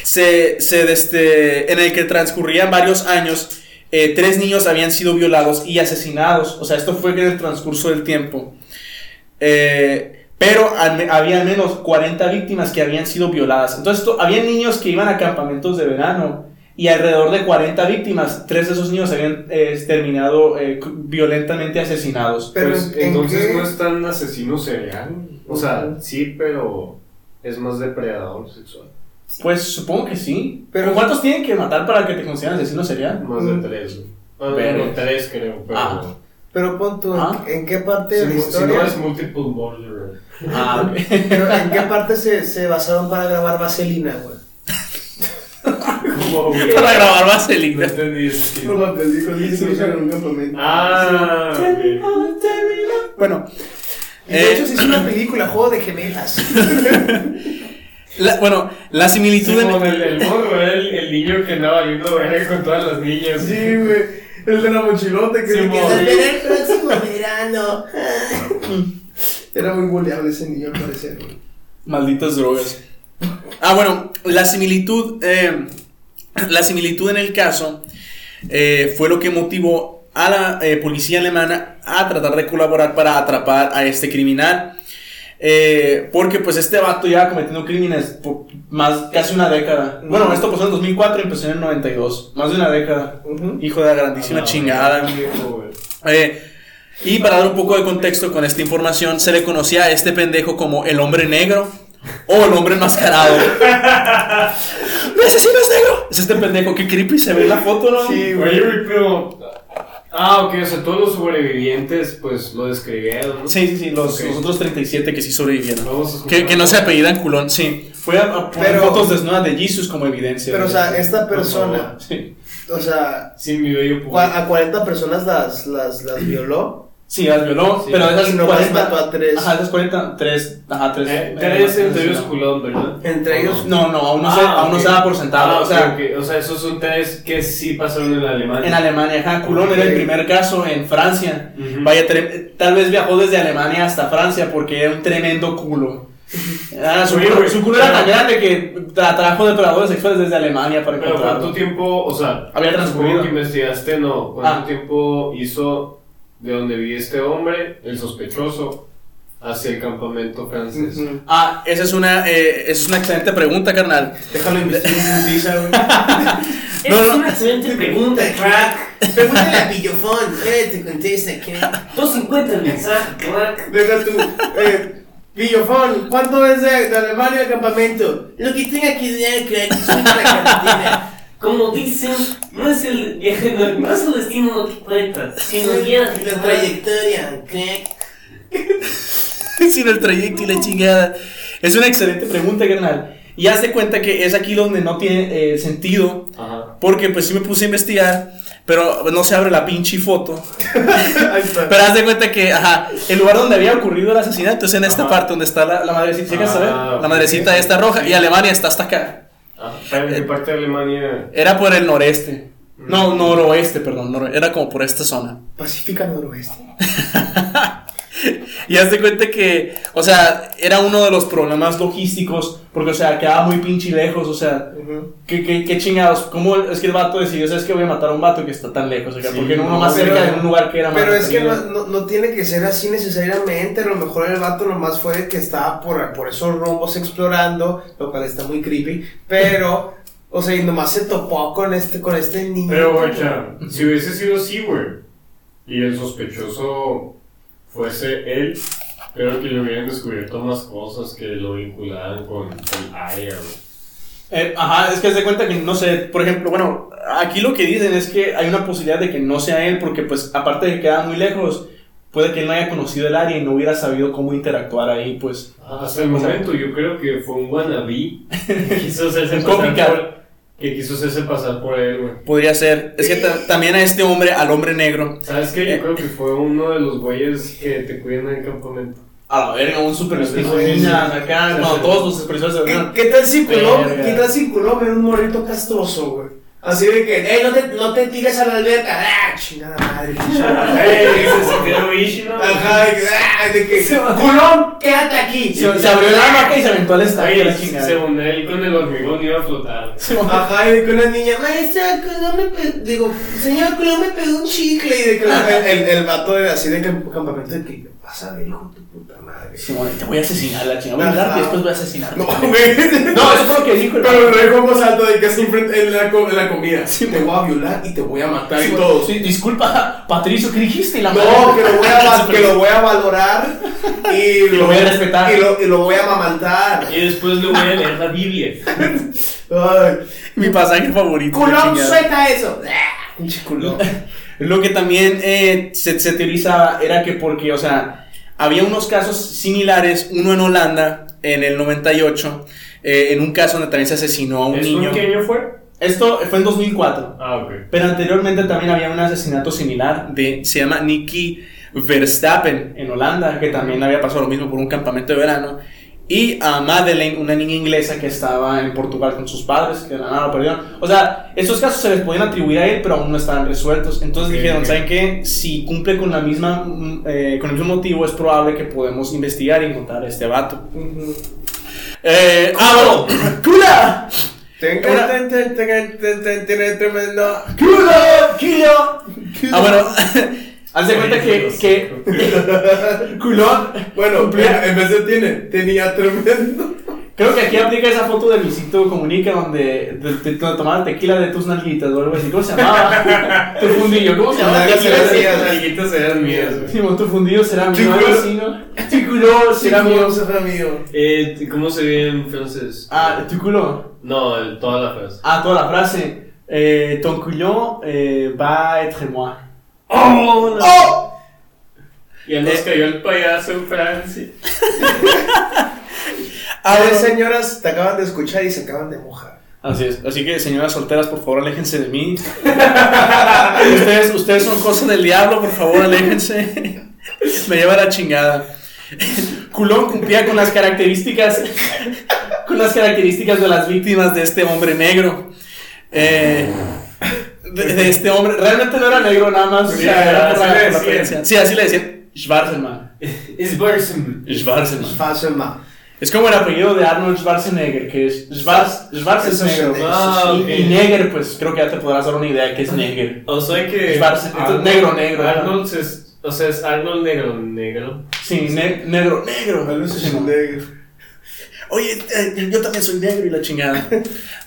[SPEAKER 2] se, se deste- en el que transcurrían varios años, eh, tres niños habían sido violados y asesinados. O sea, esto fue en el transcurso del tiempo. Eh, pero al me- había al menos 40 víctimas que habían sido violadas. Entonces, to- había niños que iban a campamentos de verano y alrededor de 40 víctimas, tres de esos niños habían eh, terminado eh, c- violentamente asesinados.
[SPEAKER 4] pero
[SPEAKER 3] Pues,
[SPEAKER 4] ¿en
[SPEAKER 3] entonces
[SPEAKER 4] qué?
[SPEAKER 3] no es tan asesino serial. O sea, sí, pero es más depredador sexual.
[SPEAKER 2] Pues supongo que sí.
[SPEAKER 4] Pero-
[SPEAKER 2] Pero ¿cuántos tienen que matar para que te consideren asesino serial?
[SPEAKER 3] Más de tres, güey. Bueno,
[SPEAKER 2] Verga.
[SPEAKER 3] no, tres creo, pero.
[SPEAKER 2] Ah.
[SPEAKER 4] Pero pon tú, ¿en-
[SPEAKER 2] Ah.
[SPEAKER 4] ¿en qué parte
[SPEAKER 3] Si,
[SPEAKER 4] de la
[SPEAKER 3] mu- si no
[SPEAKER 4] historia?
[SPEAKER 3] es multiple murderer.
[SPEAKER 2] Ah, ok.
[SPEAKER 4] pero ¿En qué parte se, se basaron para grabar Vaselina, güey?
[SPEAKER 3] ¿Cómo, güey?
[SPEAKER 2] para grabar
[SPEAKER 3] No
[SPEAKER 2] Vaselina.
[SPEAKER 3] entendí eso.
[SPEAKER 4] la película,
[SPEAKER 3] dice que era
[SPEAKER 4] en un campamento.
[SPEAKER 3] Ah, ok.
[SPEAKER 2] Bueno,
[SPEAKER 4] Y de
[SPEAKER 2] Eh.
[SPEAKER 4] hecho, se hizo una película, juego de gemelas.
[SPEAKER 2] la, bueno, la similitud en-
[SPEAKER 3] Simón, el, el morro era el, el niño que andaba yendo verga con todas las niñas.
[SPEAKER 4] güey. El de la mochilote que
[SPEAKER 3] Simón.
[SPEAKER 4] espera el próximo verano. Era muy boleable ese niño al parecer, güey.
[SPEAKER 2] Malditas drogas. Ah, bueno, la similitud, eh, la similitud en el caso eh, fue lo que motivó a la eh, policía alemana a tratar de colaborar para atrapar a este criminal. Eh, porque pues este vato lleva cometiendo crímenes por más casi una década. Bueno, esto pasó en 2004 y empezó en el 92. Más de una década.
[SPEAKER 4] Ujú.
[SPEAKER 2] Hijo de la grandísima
[SPEAKER 3] Ah,
[SPEAKER 2] chingada.
[SPEAKER 3] viejo, güey.
[SPEAKER 2] Eh, y para dar un poco de contexto con esta información, se le conocía a este pendejo como el hombre negro o el hombre enmascarado. ¡Mi asesino es negro! Es este pendejo, que creepy se ve en la foto, ¿no?
[SPEAKER 4] Sí,
[SPEAKER 3] Oye, güey, pero. Ah, ok, o sea, todos los sobrevivientes, pues lo describieron, ¿no?
[SPEAKER 2] sí, sí, sí, los,
[SPEAKER 3] Ok.
[SPEAKER 2] los otros 37 que sí sobrevivieron.
[SPEAKER 3] Vamos a
[SPEAKER 2] Que, que no se apellidan culón, sí. Fue a, a poner
[SPEAKER 4] Pero-
[SPEAKER 2] fotos desnudas de Jesus como evidencia.
[SPEAKER 4] Pero, o sea, esta
[SPEAKER 3] Por
[SPEAKER 4] persona,
[SPEAKER 3] favor.
[SPEAKER 2] Sí,
[SPEAKER 4] o sea,
[SPEAKER 3] Sí, mi bello
[SPEAKER 4] cua-
[SPEAKER 3] público.
[SPEAKER 4] a 40 personas las, las, las violó.
[SPEAKER 2] sí, las violó,
[SPEAKER 3] Sí.
[SPEAKER 2] pero de esas
[SPEAKER 4] Y nomás
[SPEAKER 2] 40...
[SPEAKER 4] mató a tres.
[SPEAKER 2] Ajá, de esas 40, 3, ajá, 3...
[SPEAKER 3] Eh, Tres entre ellos culón, ¿verdad?
[SPEAKER 4] Ah, Entre ellos,
[SPEAKER 2] No, no, aún no, se,
[SPEAKER 3] Ah,
[SPEAKER 2] aún no
[SPEAKER 3] ok.
[SPEAKER 2] se da por sentado,
[SPEAKER 3] Ah,
[SPEAKER 2] o sea...
[SPEAKER 3] ok, ok, o sea, esos son tres que sí pasaron en Alemania.
[SPEAKER 2] En Alemania, ajá, Culón era el primer caso en Francia.
[SPEAKER 3] Ujú.
[SPEAKER 2] Vaya, tre- tal vez viajó desde Alemania hasta Francia porque era un tremendo culo. Ah, su,
[SPEAKER 3] Oye,
[SPEAKER 2] culo
[SPEAKER 3] güey,
[SPEAKER 2] su culo era
[SPEAKER 3] pero-
[SPEAKER 2] tan grande que tra- trajo depredadores sexuales desde Alemania para
[SPEAKER 3] Pero ¿cuánto
[SPEAKER 2] encontrarlo.
[SPEAKER 3] tiempo, o sea,
[SPEAKER 2] Había transcurrido.
[SPEAKER 3] supongo que investigaste, no? ¿Cuánto
[SPEAKER 2] Ah.
[SPEAKER 3] tiempo hizo de donde vi este hombre, el sospechoso, hacia el campamento francés?
[SPEAKER 4] Ujú.
[SPEAKER 2] Ah, esa es una, eh, esa es una excelente pregunta, carnal.
[SPEAKER 4] déjalo investigar en justicia, güey.
[SPEAKER 2] No,
[SPEAKER 5] Es
[SPEAKER 2] no.
[SPEAKER 5] una excelente pregunta, crack.
[SPEAKER 4] Pregúntale a Pillofón, él te contesta, ¿qué?
[SPEAKER 5] Tú 50 mensajes, crack.
[SPEAKER 4] Deja tú, eh, Pillofón, ¿cuánto es de, de Alemania el campamento? Lo que tenga que dar, crack, soy de la cantina.
[SPEAKER 5] Como dicen, no es el viaje, no, no es el destino lo que cuenta, sino el viaje.
[SPEAKER 4] La
[SPEAKER 5] crack.
[SPEAKER 4] trayectoria, crack.
[SPEAKER 2] Sin el trayecto y la chingada. Es una excelente pregunta, carnal. Y haz de cuenta que es aquí donde no tiene eh, sentido.
[SPEAKER 3] Ajá.
[SPEAKER 2] Porque pues sí me puse a investigar, pero no se abre la pinche foto.
[SPEAKER 4] Ahí está.
[SPEAKER 2] Pero haz de cuenta que, ajá, el lugar donde había ocurrido el asesinato es en esta
[SPEAKER 3] Ajá.
[SPEAKER 2] parte donde está la, la madrecita. ¿Sí
[SPEAKER 3] Ah,
[SPEAKER 2] llegas a ver? La
[SPEAKER 3] ok.
[SPEAKER 2] madrecita esta roja y Alemania está hasta acá.
[SPEAKER 3] ¿Para
[SPEAKER 2] Eh,
[SPEAKER 3] qué parte de Alemania?
[SPEAKER 2] Era por el noreste. No, noroeste, perdón. noro- Era como por esta zona.
[SPEAKER 4] Pacífica Noroeste.
[SPEAKER 2] Y haz de cuenta que, o sea, era uno de los problemas logísticos. Porque, o sea, quedaba muy pinche lejos. O sea,
[SPEAKER 4] Ujú.
[SPEAKER 2] ¿Qué, qué, qué chingados? ¿Cómo es que el vato decidió, sabes que voy a matar a un vato que está tan lejos? Acá?
[SPEAKER 3] Sí,
[SPEAKER 2] Porque no uno
[SPEAKER 3] no,
[SPEAKER 2] más
[SPEAKER 4] pero-
[SPEAKER 2] cerca de un lugar que era más.
[SPEAKER 4] Pero es que no,
[SPEAKER 2] detenido?
[SPEAKER 4] no- no tiene que ser así necesariamente. A lo mejor el vato nomás fue que estaba por, por esos rumbos explorando, lo cual está muy creepy. Pero, o sea, y nomás se topó con este, con este niño.
[SPEAKER 1] Pero, guacha, si hubiese sido así, güey, y el sospechoso fuese él, creo que le hubieran descubierto más cosas que lo vinculaban con el área, güey.
[SPEAKER 2] Eh, ajá, es que haz de cuenta que no sé, por ejemplo, bueno, aquí lo que dicen es que hay una posibilidad de que no sea él, porque pues aparte de que quedaba muy lejos, puede que él no haya conocido el área y no hubiera sabido cómo interactuar ahí, pues.
[SPEAKER 1] Ah, Hasta el momento, yo creo que fue un wannabe que quiso hacerse
[SPEAKER 2] Un
[SPEAKER 1] pasar
[SPEAKER 2] copycat.
[SPEAKER 1] por, que quiso hacerse pasar por él, güey.
[SPEAKER 2] Podría ser. Es que ta- también a este hombre, al hombre negro,
[SPEAKER 1] ¿Sabes qué? Yo creo que fue uno de los güeyes que te cuidan en el campamento.
[SPEAKER 2] a la verga, un super
[SPEAKER 1] Sí, sí.
[SPEAKER 2] acá, cuando todos los expresores se
[SPEAKER 4] ¿Qué,
[SPEAKER 2] reunieron.
[SPEAKER 4] qué tal si culó?
[SPEAKER 2] Verga.
[SPEAKER 4] ¿Qué tal si culó en un morrito castroso, güey? Así de que, ¡ey, no te, no te tires a la alberca! ¡Ah, chingada madre!
[SPEAKER 1] ¡Ey! Se quedó Ishino.
[SPEAKER 4] Ajá, y, ah, de que, culón, quédate aquí.
[SPEAKER 2] Se, se abrió la hamaca y se aventó al estadio.
[SPEAKER 1] Oye,
[SPEAKER 2] la chingada.
[SPEAKER 1] según él, con el hormigón iba a flotar.
[SPEAKER 4] Ajá, y de que una niña, maestra, Colón me pe-", digo, señor, Colón me pegó un chicle. Y de que el, el, el vato de así de que campamento de que, vas a ver, hijo de tu puta madre.
[SPEAKER 2] Simón, te voy a asesinar la chingada. Voy a hablar y después voy a asesinar.
[SPEAKER 4] No, güey.
[SPEAKER 2] No, eso fue lo que dijo el-
[SPEAKER 4] Pero el rey como salto de que siempre en la, co- en la comida. te voy a violar y te voy a matar y
[SPEAKER 2] Simón,
[SPEAKER 4] todo.
[SPEAKER 2] sí, disculpa, Patricio, ¿qué dijiste? La
[SPEAKER 4] No,
[SPEAKER 2] madre.
[SPEAKER 4] que lo voy a, va- que lo voy a valorar y
[SPEAKER 2] lo voy a respetar.
[SPEAKER 4] Y lo, y lo voy a amamantar.
[SPEAKER 3] Y después le voy a leer la Biblia.
[SPEAKER 4] Ay,
[SPEAKER 2] Mi pasaje favorito. la
[SPEAKER 4] culón,
[SPEAKER 2] chingada.
[SPEAKER 4] suelta eso. Ah, Pinche culón.
[SPEAKER 2] Lo que también eh, se, se teorizaba era que porque, o sea, había unos casos similares, uno en Holanda, en el 98, eh, en un caso donde también se asesinó a un
[SPEAKER 1] ¿Es
[SPEAKER 2] niño.
[SPEAKER 1] un queño fue?
[SPEAKER 2] Esto fue en 2004.
[SPEAKER 1] Ah, ok.
[SPEAKER 2] Pero anteriormente también había un asesinato similar de, se llama Nicky Verstappen en Holanda, que también había pasado lo mismo por un campamento de verano. Y a Madeleine, una niña inglesa que estaba en Portugal con sus padres, que de la nada lo perdieron. O sea, estos casos se les podían atribuir a él, pero aún no estaban resueltos. Entonces
[SPEAKER 1] Ok,
[SPEAKER 2] dijeron,
[SPEAKER 1] ok.
[SPEAKER 2] ¿saben qué? Si cumple con la misma, mm, eh, con el mismo motivo, es probable que podemos investigar y encontrar a este vato. Eh, ¡Ah, bueno! ¡Cula! Ahora-
[SPEAKER 4] Tremendo.
[SPEAKER 2] ¡Culo! ¡Culo! Ah, bueno. Haz de cuenta que, que culón.
[SPEAKER 4] Bueno,
[SPEAKER 2] Cumplía-
[SPEAKER 4] en vez de tiene, tenía tremendo.
[SPEAKER 2] Creo que aquí aplica esa foto de Luisito Comunica donde de- te- te tomaban tequila de tus nalguitas o algo así. ¿Cómo se llamaba? tu fundillo, ¿cómo se llamaba?
[SPEAKER 4] Nalgas
[SPEAKER 2] Tequila de-
[SPEAKER 4] gracias.
[SPEAKER 1] Las nalguitas eran mías, güey.
[SPEAKER 2] Simón, tu fundillo será mío,
[SPEAKER 4] Chiculo.
[SPEAKER 2] algo así, ¿no? Tu culo será mío.
[SPEAKER 4] será mío.
[SPEAKER 3] Eh, ¿Cómo se ve en francés?
[SPEAKER 2] Ah, tu culo.
[SPEAKER 3] No, el- toda la frase.
[SPEAKER 2] Ah, toda la frase. Eh, ton culon eh, va être moi.
[SPEAKER 1] ¡Oh!
[SPEAKER 2] ¡Oh!
[SPEAKER 1] Ya
[SPEAKER 3] Eh,
[SPEAKER 1] nos cayó el payaso en Francia.
[SPEAKER 4] A ver, señoras, te acaban de escuchar y se acaban de mojar.
[SPEAKER 2] Así es. Así que, señoras solteras, por favor, aléjense de mí. ustedes, ustedes son cosas del diablo, por favor, aléjense. Me lleva la chingada. Culón cumplía con las características con las características de las víctimas de este hombre negro. Eh, de, de este hombre. Realmente no era negro nada más. o sea, era por la-
[SPEAKER 1] Sí, así le
[SPEAKER 2] por la
[SPEAKER 1] decían.
[SPEAKER 2] apariencia. sí, así le decían. Schwarzenman.
[SPEAKER 3] Es Barson.
[SPEAKER 2] Schwarzenman.
[SPEAKER 4] Fácil, ma.
[SPEAKER 2] Es como el apellido de Arnold Schwarzenegger, que es Schwarz, Schwarz es
[SPEAKER 4] Eso es
[SPEAKER 2] negro.
[SPEAKER 4] negro.
[SPEAKER 3] Ah,
[SPEAKER 2] Y,
[SPEAKER 3] ok.
[SPEAKER 2] y Neger, pues creo que ya te podrás dar una idea de que es Neger.
[SPEAKER 3] O sea que.
[SPEAKER 2] Schwarz-
[SPEAKER 3] Arnold-
[SPEAKER 2] negro, negro, ¿no?
[SPEAKER 3] Arnold es. O sea, es Arnold negro, negro.
[SPEAKER 2] Sí, ne- negro, negro.
[SPEAKER 4] Tal vez
[SPEAKER 2] Sí,
[SPEAKER 4] es un
[SPEAKER 2] no.
[SPEAKER 4] negro.
[SPEAKER 2] Oye, eh, yo también soy negro y la chingada.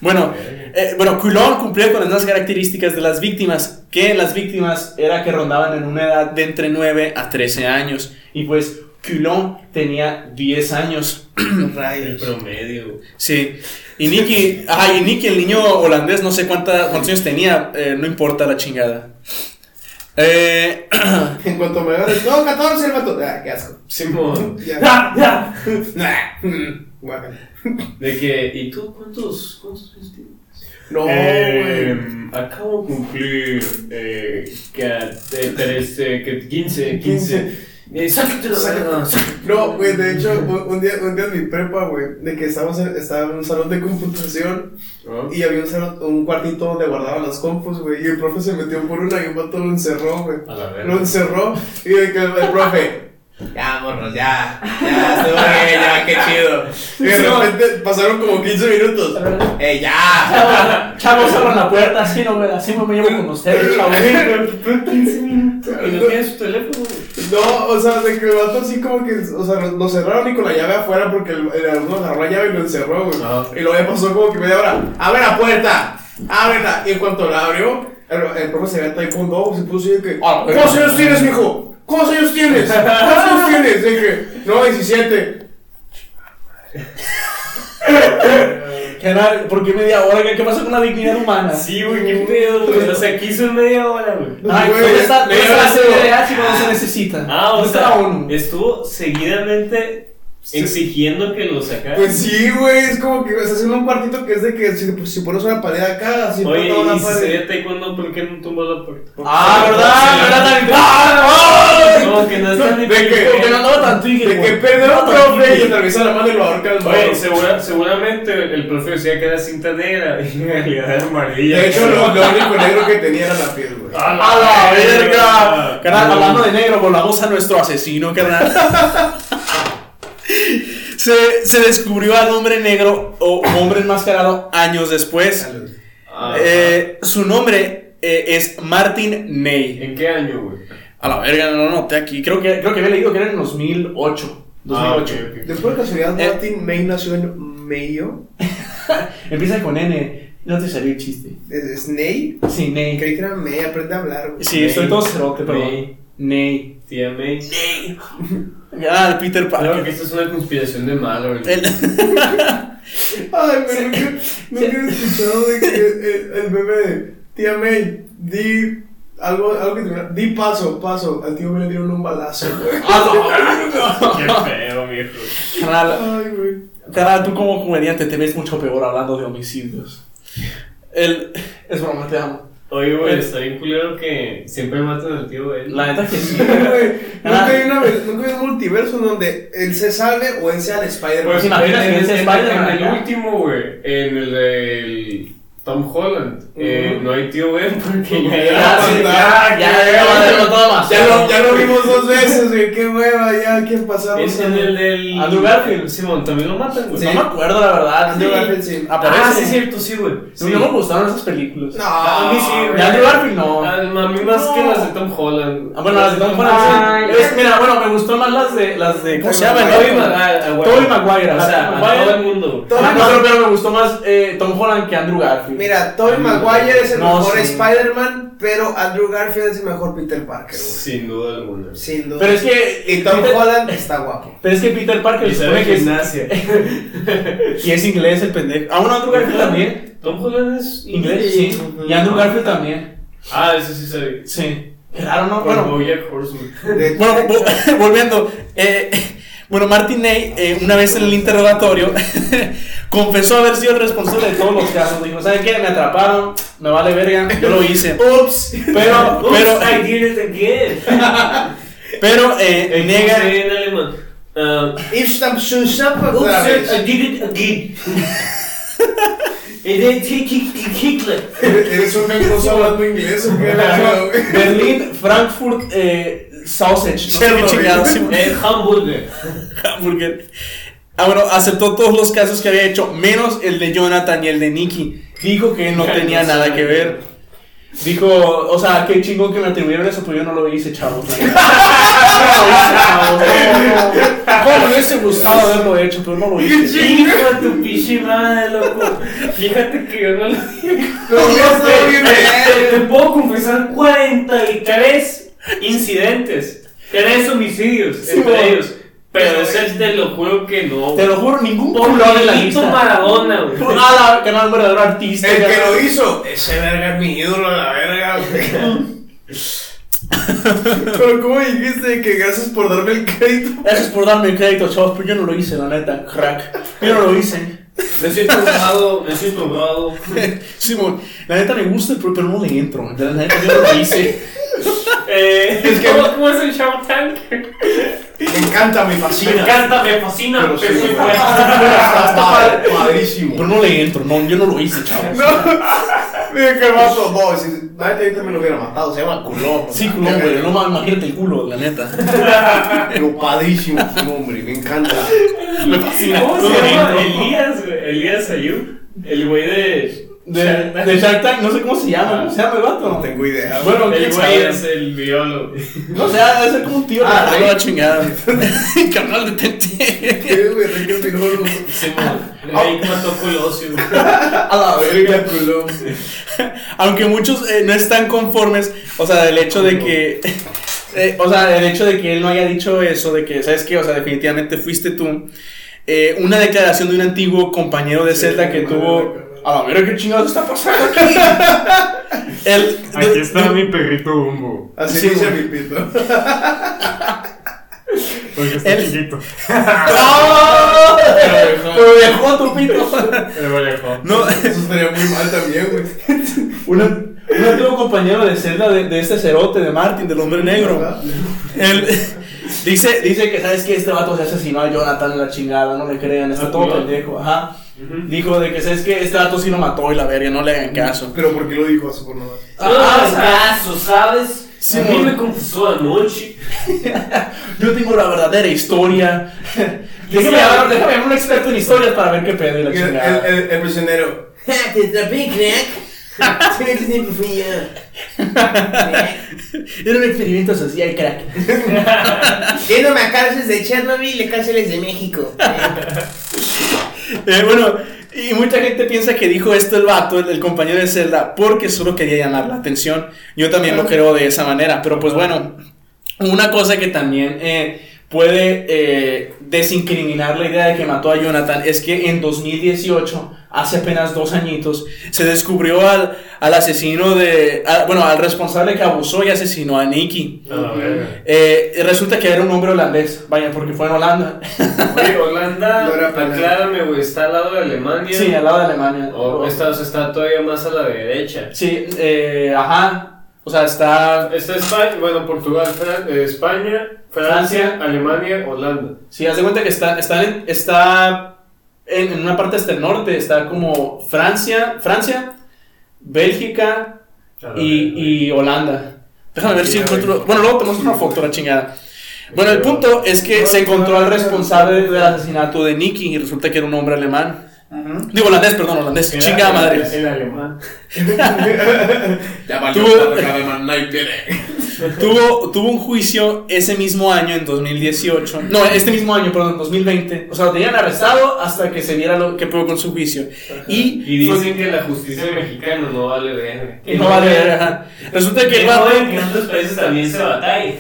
[SPEAKER 2] Bueno, eh, bueno, Coulon cumplía con las mismas características de las víctimas, que las víctimas era que rondaban en una edad de entre 9 a 13 años. Y pues Coulon tenía 10 años.
[SPEAKER 3] El
[SPEAKER 4] Rayos.
[SPEAKER 3] promedio.
[SPEAKER 2] Sí. Y Nicky, ah, y Nicky, el niño holandés, no sé cuánta, cuántos años tenía, eh, no importa la chingada. Eh,
[SPEAKER 4] En cuanto me veas, no, 14 el vato. Ah, qué asco.
[SPEAKER 3] Simón.
[SPEAKER 4] Ya.
[SPEAKER 5] ¡Ya! ¡Ya!
[SPEAKER 4] Nah. Mm, guácala.
[SPEAKER 3] De que. ¿Y tú cuántos, cuántos años tienes?
[SPEAKER 4] No,
[SPEAKER 1] Eh,
[SPEAKER 4] güey.
[SPEAKER 3] Acabo de cumplir. Eh, que, de, 13, que 15, 15.
[SPEAKER 5] Eh, sácatelo,
[SPEAKER 4] Sácatelo.
[SPEAKER 5] ah, sácatelo.
[SPEAKER 4] No, güey, de hecho, un, un día, un día en mi prepa, güey, de que estábamos en, estaba en un salón de computación y había un, salón- un cuartito donde guardaban las compus, güey, y el profe se metió por una y un vato lo encerró, güey.
[SPEAKER 3] Ah,
[SPEAKER 1] A la
[SPEAKER 4] Lo
[SPEAKER 1] verga.
[SPEAKER 4] encerró y de que el, el profe... Ya, morros, ya, ya, estuvo bien, ya, qué chido. Y de repente pasaron como 15 minutos. ¡Ey, ya!
[SPEAKER 2] Chavos, chavos, abran la puerta, así no me, así no me llevo con ustedes, chavos.
[SPEAKER 5] Y no tiene su teléfono.
[SPEAKER 4] No, o sea, de que el vato así como que, o sea, lo, lo cerraron y con la llave afuera porque el, el alumno agarró la llave y lo encerró, güey. Y luego ya pasó como que media hora, abre la puerta, ábrela. Y en cuanto la abrió, el, el profe se había taekwondo, güey, se puso así de que,
[SPEAKER 2] Ah,
[SPEAKER 4] ¿cuántos años tienes, mijo? ¿Cuántos años tienes? ¿Cuántos años tienes? Dije, no, 17.
[SPEAKER 2] ¿Qué era? ¿Por qué media hora? ¿Qué, qué pasa con la dignidad humana?
[SPEAKER 1] Sí, güey, qué pedo, güey. O sea, aquí son media hora, güey.
[SPEAKER 2] Ay,
[SPEAKER 4] Güey,
[SPEAKER 2] ¿dónde está, dónde
[SPEAKER 1] media
[SPEAKER 2] está la
[SPEAKER 1] hora estuvo.
[SPEAKER 2] CDH cuando se necesita?
[SPEAKER 5] Ah, o
[SPEAKER 2] ¿Dónde está
[SPEAKER 5] sea,
[SPEAKER 2] la ONU?
[SPEAKER 5] estuvo seguidamente exigiendo que lo sacara.
[SPEAKER 4] Pues sí, güey, es como que estás en un cuartito que es de que si, pues, si pones una pared acá, si
[SPEAKER 5] Oye,
[SPEAKER 4] pones
[SPEAKER 5] y
[SPEAKER 4] una
[SPEAKER 5] si
[SPEAKER 4] pared.
[SPEAKER 5] sería taekwondo, ¿por qué no tumbó la puerta?
[SPEAKER 2] Ah, ¿verdad? ¿Verdad? También. ¡Ah, no!
[SPEAKER 5] No, que no está ni
[SPEAKER 4] ¿de qué?
[SPEAKER 5] pendejo.
[SPEAKER 2] Porque no andaba tan tigre,
[SPEAKER 4] De que
[SPEAKER 2] güey.
[SPEAKER 4] perdió,
[SPEAKER 2] No andaba tan
[SPEAKER 4] profe, y
[SPEAKER 2] tigre.
[SPEAKER 4] atraviesa la mano y lo ahorca
[SPEAKER 2] Ah,
[SPEAKER 4] el
[SPEAKER 1] Oye,
[SPEAKER 4] morro.
[SPEAKER 1] segura- seguramente el profe decía que era cinta negra y en realidad era amarilla. Ah,
[SPEAKER 4] De hecho, Ah, lo, lo único negro que tenía era la piel, güey.
[SPEAKER 1] ¡A
[SPEAKER 2] ¡A Ah, la verga! Carnal, hablando de negro, volvamos a nuestro asesino, carnal. Se, se descubrió al hombre negro o hombre enmascarado años después. Eh, su nombre eh, es Martin Ney.
[SPEAKER 1] ¿En qué año, güey?
[SPEAKER 2] A la verga, no lo noté aquí. Ah, Creo que, creo que había leído que era en 2008.
[SPEAKER 1] Ah,
[SPEAKER 2] 2008.
[SPEAKER 4] De pura casualidad,
[SPEAKER 2] Eh.
[SPEAKER 4] Martin May nació en Mayo.
[SPEAKER 2] Empieza con N. No te salió el chiste.
[SPEAKER 4] ¿Es, es Ney?
[SPEAKER 2] Sí, Ney.
[SPEAKER 4] Creí que era May, aprende a hablar, güey.
[SPEAKER 2] Sí,
[SPEAKER 5] Ney.
[SPEAKER 2] estoy todo cerote, perdón.
[SPEAKER 5] Ney.
[SPEAKER 2] Ney.
[SPEAKER 5] Tía May.
[SPEAKER 2] Ah, el Peter
[SPEAKER 1] Claro que
[SPEAKER 2] Parker.
[SPEAKER 1] esto es una conspiración de malo, güey.
[SPEAKER 2] El-
[SPEAKER 4] Ay, pero nunca, nunca he escuchado de que el, el bebé de Tía May, di algo, algo que termina- di paso, paso. Al tío May le dieron un balazo, güey.
[SPEAKER 2] Ah,
[SPEAKER 1] Qué feo, viejo.
[SPEAKER 2] Carnal,
[SPEAKER 4] Ay, güey.
[SPEAKER 2] Cara, tú como comediante te ves mucho peor hablando de homicidios. El... Es broma, te amo.
[SPEAKER 5] Oye,
[SPEAKER 2] Eh.
[SPEAKER 5] güey, está bien culero que siempre matan al tío él.
[SPEAKER 2] La neta que sí.
[SPEAKER 4] Sí, güey.
[SPEAKER 2] Ah.
[SPEAKER 4] Nunca hay, una, vez- nunca hay un multiverso en donde él se salve o él sea el Spider-Man.
[SPEAKER 1] Pues
[SPEAKER 2] ¿Te imaginas que
[SPEAKER 1] en,
[SPEAKER 2] ese
[SPEAKER 1] en-
[SPEAKER 2] Spider-Man,
[SPEAKER 1] en el
[SPEAKER 2] no?
[SPEAKER 1] último, güey, en el del Tom Holland, eh, no hay tío Ben porque ya
[SPEAKER 2] Ya,
[SPEAKER 4] Ah,
[SPEAKER 1] ya-
[SPEAKER 2] Ah, sí,
[SPEAKER 1] ya-
[SPEAKER 2] ya, ya, ya, va a hacerlo todo más.
[SPEAKER 4] ya, lo, ya lo vimos dos veces, güey. Qué hueva, ya, ¿qué pasamos?
[SPEAKER 5] Es en el del.
[SPEAKER 2] Andrew Garfield.
[SPEAKER 5] Simón, también lo matan, güey.
[SPEAKER 2] Pues No me acuerdo, la verdad.
[SPEAKER 4] Andrew
[SPEAKER 2] sí.
[SPEAKER 4] Garfield, sí.
[SPEAKER 2] Aparece.
[SPEAKER 5] Ah, sí, es cierto, sí, güey. Sí.
[SPEAKER 2] No me gustaron esas películas.
[SPEAKER 4] No,
[SPEAKER 5] A mí sí, güey.
[SPEAKER 2] De Andrew Garfield, no.
[SPEAKER 3] Ah,
[SPEAKER 5] A, a mí más
[SPEAKER 2] No.
[SPEAKER 5] que las de Tom Holland.
[SPEAKER 2] Ah, bueno, las de Tom Holland,
[SPEAKER 5] Ay,
[SPEAKER 2] sí. Es- mira, bueno, me gustó más las de. Las de ¿Cómo se llama?
[SPEAKER 5] Tobey
[SPEAKER 2] No,
[SPEAKER 5] Maguire.
[SPEAKER 2] Tobey Maguire,
[SPEAKER 5] O
[SPEAKER 2] las de
[SPEAKER 5] sea, a
[SPEAKER 2] Maguire.
[SPEAKER 5] todo el mundo.
[SPEAKER 4] Tobey
[SPEAKER 2] Ah, no,
[SPEAKER 4] Maguire.
[SPEAKER 2] pero, pero me gustó más eh, Tom Holland que Andrew Garfield.
[SPEAKER 4] Mira, Tobey Maguire es el
[SPEAKER 2] No,
[SPEAKER 4] mejor
[SPEAKER 2] sí.
[SPEAKER 4] Spider-Man, pero Andrew Garfield es el mejor Peter Parker. güey.
[SPEAKER 5] Sin duda alguna.
[SPEAKER 4] Sin duda.
[SPEAKER 2] Pero es que.
[SPEAKER 4] y Tom
[SPEAKER 2] Peter-
[SPEAKER 4] Holland está guapo.
[SPEAKER 2] Pero es que Peter Parker
[SPEAKER 5] Y
[SPEAKER 2] se
[SPEAKER 5] sabe
[SPEAKER 2] pues, supone que es,
[SPEAKER 5] gimnasia.
[SPEAKER 2] y es inglés el pendejo. Ah, bueno, Andrew Garfield también.
[SPEAKER 5] Tom Holland es
[SPEAKER 2] Inglés, sí. Y Andrew Garfield también.
[SPEAKER 5] Ah, eso sí sabía.
[SPEAKER 2] Sí. Claro, ¿no?
[SPEAKER 5] Bueno,
[SPEAKER 2] Bueno,
[SPEAKER 5] Bojack Horseman.
[SPEAKER 4] De-
[SPEAKER 2] bueno vo- volviendo. eh, bueno, Martin Ney, eh, una vez en el interrogatorio, confesó haber sido el responsable de todos los casos. Dijo, ¿saben qué? Me atraparon, me vale verga, yo lo hice.
[SPEAKER 4] Ups.
[SPEAKER 2] Pero,
[SPEAKER 5] Oops,
[SPEAKER 2] pero,
[SPEAKER 5] I did it again.
[SPEAKER 2] pero, eh,
[SPEAKER 5] ¿Cómo se
[SPEAKER 2] niega...
[SPEAKER 5] diría en alemán? Ah,
[SPEAKER 4] If some shoes shop otra
[SPEAKER 5] Oops,
[SPEAKER 4] vez.
[SPEAKER 5] I did it again. And then take it to Hitler.
[SPEAKER 4] Eres un gangoso hablando inglés, ¿o qué? No, güey.
[SPEAKER 2] Berlín, Frankfurt, eh, Sausage. No sé qué
[SPEAKER 4] Chernobyl.
[SPEAKER 2] chingados, sí,
[SPEAKER 5] Eh, Hamburger.
[SPEAKER 2] Hamburger. Ah, bueno, aceptó todos los casos que había hecho, menos el de Jonathan y el de Nicky. Dijo que no tenía nada que ver. Dijo, o sea, qué chingón que me atribuyeron eso, pues yo no lo hice, chavos. la neta. No lo hice, chavos, no, no. Cómo me hubiese gustado haberlo hecho, pero no lo hice.
[SPEAKER 5] Hijo de tu pinche madre, loco. Fíjate que yo no lo
[SPEAKER 4] No, no, no, bien,
[SPEAKER 5] Te- Te
[SPEAKER 4] bien.
[SPEAKER 5] puedo confesar 43 incidentes, 3 homicidios entre
[SPEAKER 2] bueno.
[SPEAKER 5] ellos. Pero ese te lo juro que no.
[SPEAKER 2] Te lo juro, ningún culón en la
[SPEAKER 5] Pobrecito
[SPEAKER 2] lista.
[SPEAKER 5] Maradona, güey.
[SPEAKER 2] Ah, la- que no, un verdadero artista.
[SPEAKER 4] El que
[SPEAKER 2] ya.
[SPEAKER 4] lo hizo, ese verga es mi ídolo, la verga. güey. Pero, ¿cómo dijiste que gracias por darme el crédito?
[SPEAKER 2] Gracias por darme el crédito, chavos, pero yo no lo hice, la neta, crack. Yo no lo hice.
[SPEAKER 5] Me siento honrado, me siento honrado.
[SPEAKER 2] Simón, la neta me gusta, pero, pero no le entro. La neta yo no lo hice.
[SPEAKER 5] Eh, Eh,
[SPEAKER 4] Es que-
[SPEAKER 5] ¿cómo, cómo es el Shark Tank?
[SPEAKER 4] Me encanta, me fascina.
[SPEAKER 5] Me encanta, me fascina,
[SPEAKER 4] Pero
[SPEAKER 5] me
[SPEAKER 4] sí,
[SPEAKER 5] fui
[SPEAKER 4] güey.
[SPEAKER 5] por
[SPEAKER 4] Está padre-
[SPEAKER 2] Pero
[SPEAKER 4] padrísimo.
[SPEAKER 2] no le entro, no, yo no lo hice, chavos.
[SPEAKER 4] Mira que vato, no, si nadie te ahorita me lo hubiera matado, se llama culón.
[SPEAKER 2] Sí, culón, güey. No mames, imagínate el culo, la neta.
[SPEAKER 4] Lo padrísimo su nombre, me encanta.
[SPEAKER 2] Me fascina.
[SPEAKER 5] ¿Cómo
[SPEAKER 2] No
[SPEAKER 5] se
[SPEAKER 2] le
[SPEAKER 5] llama?
[SPEAKER 2] entro.
[SPEAKER 5] Elías, güey. Elías Ayub. El güey de.
[SPEAKER 2] De, de Shark Tank, no sé cómo se llama,
[SPEAKER 5] Ah.
[SPEAKER 2] ¿cómo se llama el vato?
[SPEAKER 4] No tengo idea.
[SPEAKER 2] Bueno,
[SPEAKER 5] El
[SPEAKER 2] quién
[SPEAKER 5] güey
[SPEAKER 2] sabe.
[SPEAKER 5] es el biólogo.
[SPEAKER 2] No sé, debe ser como un tío.
[SPEAKER 4] Ah,
[SPEAKER 2] Ah,
[SPEAKER 4] ahí.
[SPEAKER 2] la chingada. Carnal, detente.
[SPEAKER 4] ¿Qué, güey? Rey del Pirolo.
[SPEAKER 5] Se me mató Colosio.
[SPEAKER 4] A la verga, culón.
[SPEAKER 2] Aunque muchos eh, no están conformes, o sea, del hecho de que. eh, o sea, del hecho de que él no haya dicho eso, de que, ¿sabes qué? O sea, definitivamente fuiste tú. Eh, una declaración de un antiguo compañero de celda que tuvo. A la verga, ¿qué chingados está pasando aquí? El-
[SPEAKER 1] Aquí
[SPEAKER 2] de-
[SPEAKER 1] está
[SPEAKER 2] de-
[SPEAKER 1] mi perrito Bumbo.
[SPEAKER 4] Así
[SPEAKER 2] Sí,
[SPEAKER 4] dice
[SPEAKER 2] güey.
[SPEAKER 4] mi pito.
[SPEAKER 1] Porque está
[SPEAKER 2] El-
[SPEAKER 1] chiquito.
[SPEAKER 2] ¡Ah! Pero dejó tu pito.
[SPEAKER 1] Me lo dejó.
[SPEAKER 2] No,
[SPEAKER 4] Eso estaría muy mal también, güey.
[SPEAKER 2] una- un antiguo compañero de celda de, de este cerote, de Martin, del hombre negro.
[SPEAKER 4] ¿Verdad?
[SPEAKER 2] Él dice, dice que sabes que este vato se asesinó a Jonathan la chingada, no me crean, está
[SPEAKER 5] Ah,
[SPEAKER 2] todo
[SPEAKER 5] cuidado.
[SPEAKER 2] pendejo, ajá. Dijo de que sabes que este vato sí lo mató y la verga, no le hagan caso.
[SPEAKER 4] Pero ¿por qué lo dijo así por nada?
[SPEAKER 5] Ah, es caso, ¿sabes?
[SPEAKER 2] Sí,
[SPEAKER 5] a mí
[SPEAKER 2] mon.
[SPEAKER 5] me confesó anoche.
[SPEAKER 2] Yo tengo la verdadera historia. déjame hablar, déjame hablar a un experto en historias para ver qué pedo y la
[SPEAKER 4] El, el,
[SPEAKER 2] chingada.
[SPEAKER 4] el, el prisionero.
[SPEAKER 6] Te atrapé, crack. Creo que siempre fui yo.
[SPEAKER 2] Era un experimento social, crack.
[SPEAKER 6] Que no me cárceles de Chernobyl y cárceles de México.
[SPEAKER 2] Eh, bueno, y mucha gente piensa que dijo esto el vato, el, el compañero de celda, porque solo quería llamar la atención. Yo también lo creo de esa manera, pero pues bueno, una cosa que también eh, puede eh, desincriminar la idea de que mató a Jonathan es que en 2018, hace apenas dos añitos, se descubrió al, al asesino de, a- bueno, al responsable que abusó y asesinó a Nicky.
[SPEAKER 1] A la verga.
[SPEAKER 2] Eh, resulta que era un hombre holandés, vaya, porque fue en Holanda.
[SPEAKER 3] Oye, Holanda,
[SPEAKER 4] No era penal.
[SPEAKER 3] aclárame, güey, está al lado de Alemania.
[SPEAKER 2] Sí, al lado de Alemania.
[SPEAKER 3] O está, o sea, está todavía más a la derecha.
[SPEAKER 2] Sí, eh, ajá. O sea, está.
[SPEAKER 3] Está España, bueno, Portugal, Fran- eh, España, Francia,
[SPEAKER 2] Francia.
[SPEAKER 3] Alemania, Holanda.
[SPEAKER 2] Sí, haz de cuenta que está, está, en, está en, en una parte hasta el norte. Está como Francia, Francia, Bélgica
[SPEAKER 1] A la verga.
[SPEAKER 2] y, y Holanda. Déjame ver si
[SPEAKER 4] Sí,
[SPEAKER 2] encuentro.
[SPEAKER 4] güey.
[SPEAKER 2] Bueno, luego tenemos una foto, la chingada. Bueno, el punto es que se encontró al responsable del asesinato de Nicky y resulta que era un hombre alemán. Digo holandés, perdón, holandés.
[SPEAKER 3] Era-
[SPEAKER 2] Chingada madre.
[SPEAKER 3] era El alemán.
[SPEAKER 4] Ya
[SPEAKER 2] Tú-
[SPEAKER 4] nadie viene.
[SPEAKER 2] tuvo, tuvo un juicio ese mismo año, en 2018. No, este mismo año, perdón, 2020. O sea, lo tenían arrestado hasta que se viera lo que pudo con su juicio. Y,
[SPEAKER 3] Y dicen que la justicia mexicana no vale verga.
[SPEAKER 2] y no vale, ajá. Resulta que el vato-
[SPEAKER 5] joven que en otros países también se batalla.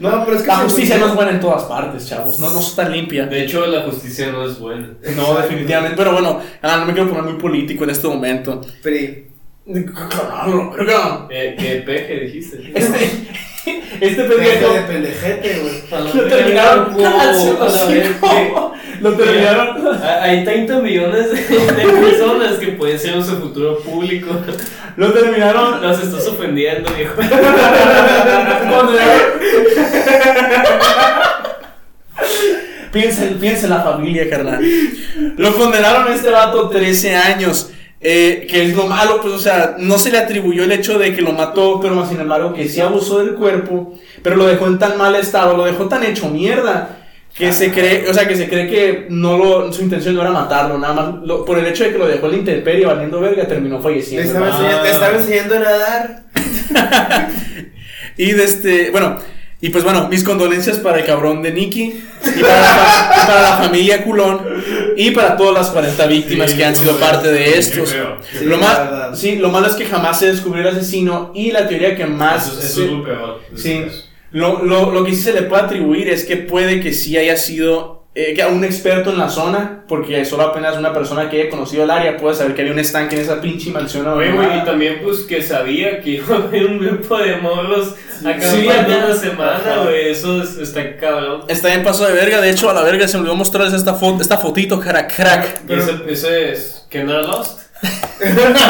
[SPEAKER 4] No, pero es que.
[SPEAKER 2] La
[SPEAKER 4] se-
[SPEAKER 2] justicia no es buena en todas partes, chavos. No, no es tan limpia.
[SPEAKER 3] De hecho, la justicia no es buena.
[SPEAKER 2] No, definitivamente. Pero bueno, ah, no me quiero poner muy político en este momento.
[SPEAKER 4] Pri.
[SPEAKER 2] Claro, verga.
[SPEAKER 3] Eh, ¿Qué peje dijiste?
[SPEAKER 2] Este, este
[SPEAKER 4] Deja de
[SPEAKER 2] pendejo.
[SPEAKER 4] pendejete, güey.
[SPEAKER 2] Lo terminaron. Ah,
[SPEAKER 5] Wow, a la
[SPEAKER 2] así como- Lo terminaron.
[SPEAKER 5] verga. Hay 30 millones de de personas que pueden ser nuestro futuro público.
[SPEAKER 2] Lo terminaron.
[SPEAKER 5] Nos estás ofendiendo, viejo.
[SPEAKER 2] Cuando era- piensa, en- piensa en la familia, carnal. Lo condenaron a este vato 13 años. eh, que es lo malo, pues, o sea, no se le atribuyó el hecho de que lo mató, pero más sin embargo que sí abusó del cuerpo, pero lo dejó en tan mal estado, lo dejó tan hecho mierda, que se cree, o sea, que se cree que no lo, su intención no era matarlo, nada más, lo- por el hecho de que lo dejó en la intemperie valiendo verga, terminó
[SPEAKER 4] Le
[SPEAKER 2] falleciendo.
[SPEAKER 4] estaba,
[SPEAKER 2] ¿no?
[SPEAKER 4] enseñando, le estaba enseñando a nadar.
[SPEAKER 2] Y de este, bueno, y pues bueno, mis condolencias para el cabrón de Nicky y para la, fa- para la familia culón y para todas las 40 víctimas
[SPEAKER 1] Sí,
[SPEAKER 2] que han sido
[SPEAKER 1] no,
[SPEAKER 2] parte de
[SPEAKER 1] qué
[SPEAKER 2] estos.
[SPEAKER 1] feo.
[SPEAKER 4] Sí,
[SPEAKER 2] lo,
[SPEAKER 4] la
[SPEAKER 2] ma-
[SPEAKER 4] verdad.
[SPEAKER 2] sí, lo malo es que jamás se descubrió el asesino y la teoría que más...
[SPEAKER 3] Eso, eso
[SPEAKER 2] se-
[SPEAKER 3] es lo peor. de
[SPEAKER 2] Sí.
[SPEAKER 3] este caso.
[SPEAKER 2] lo, lo- lo que sí se le puede atribuir es que puede que sí haya sido eh, que un experto en la zona, porque solo apenas una persona que haya conocido el área puede saber que había un estanque en esa pinche mansión.
[SPEAKER 3] Oye, güey,
[SPEAKER 5] Ah.
[SPEAKER 3] y
[SPEAKER 2] abandonada.
[SPEAKER 3] también, pues, que sabía que iba a haber un grupo de morros acampando
[SPEAKER 2] Sí, ajá.
[SPEAKER 3] una semana,
[SPEAKER 4] Ajá.
[SPEAKER 3] güey. Eso es- está cabrón.
[SPEAKER 2] Está en paso de verga, de hecho a la verga se me olvidó mostrarles esta, foto, esta fotito, cara crack.
[SPEAKER 3] Y ese, ese es. ¿Que no era Lost?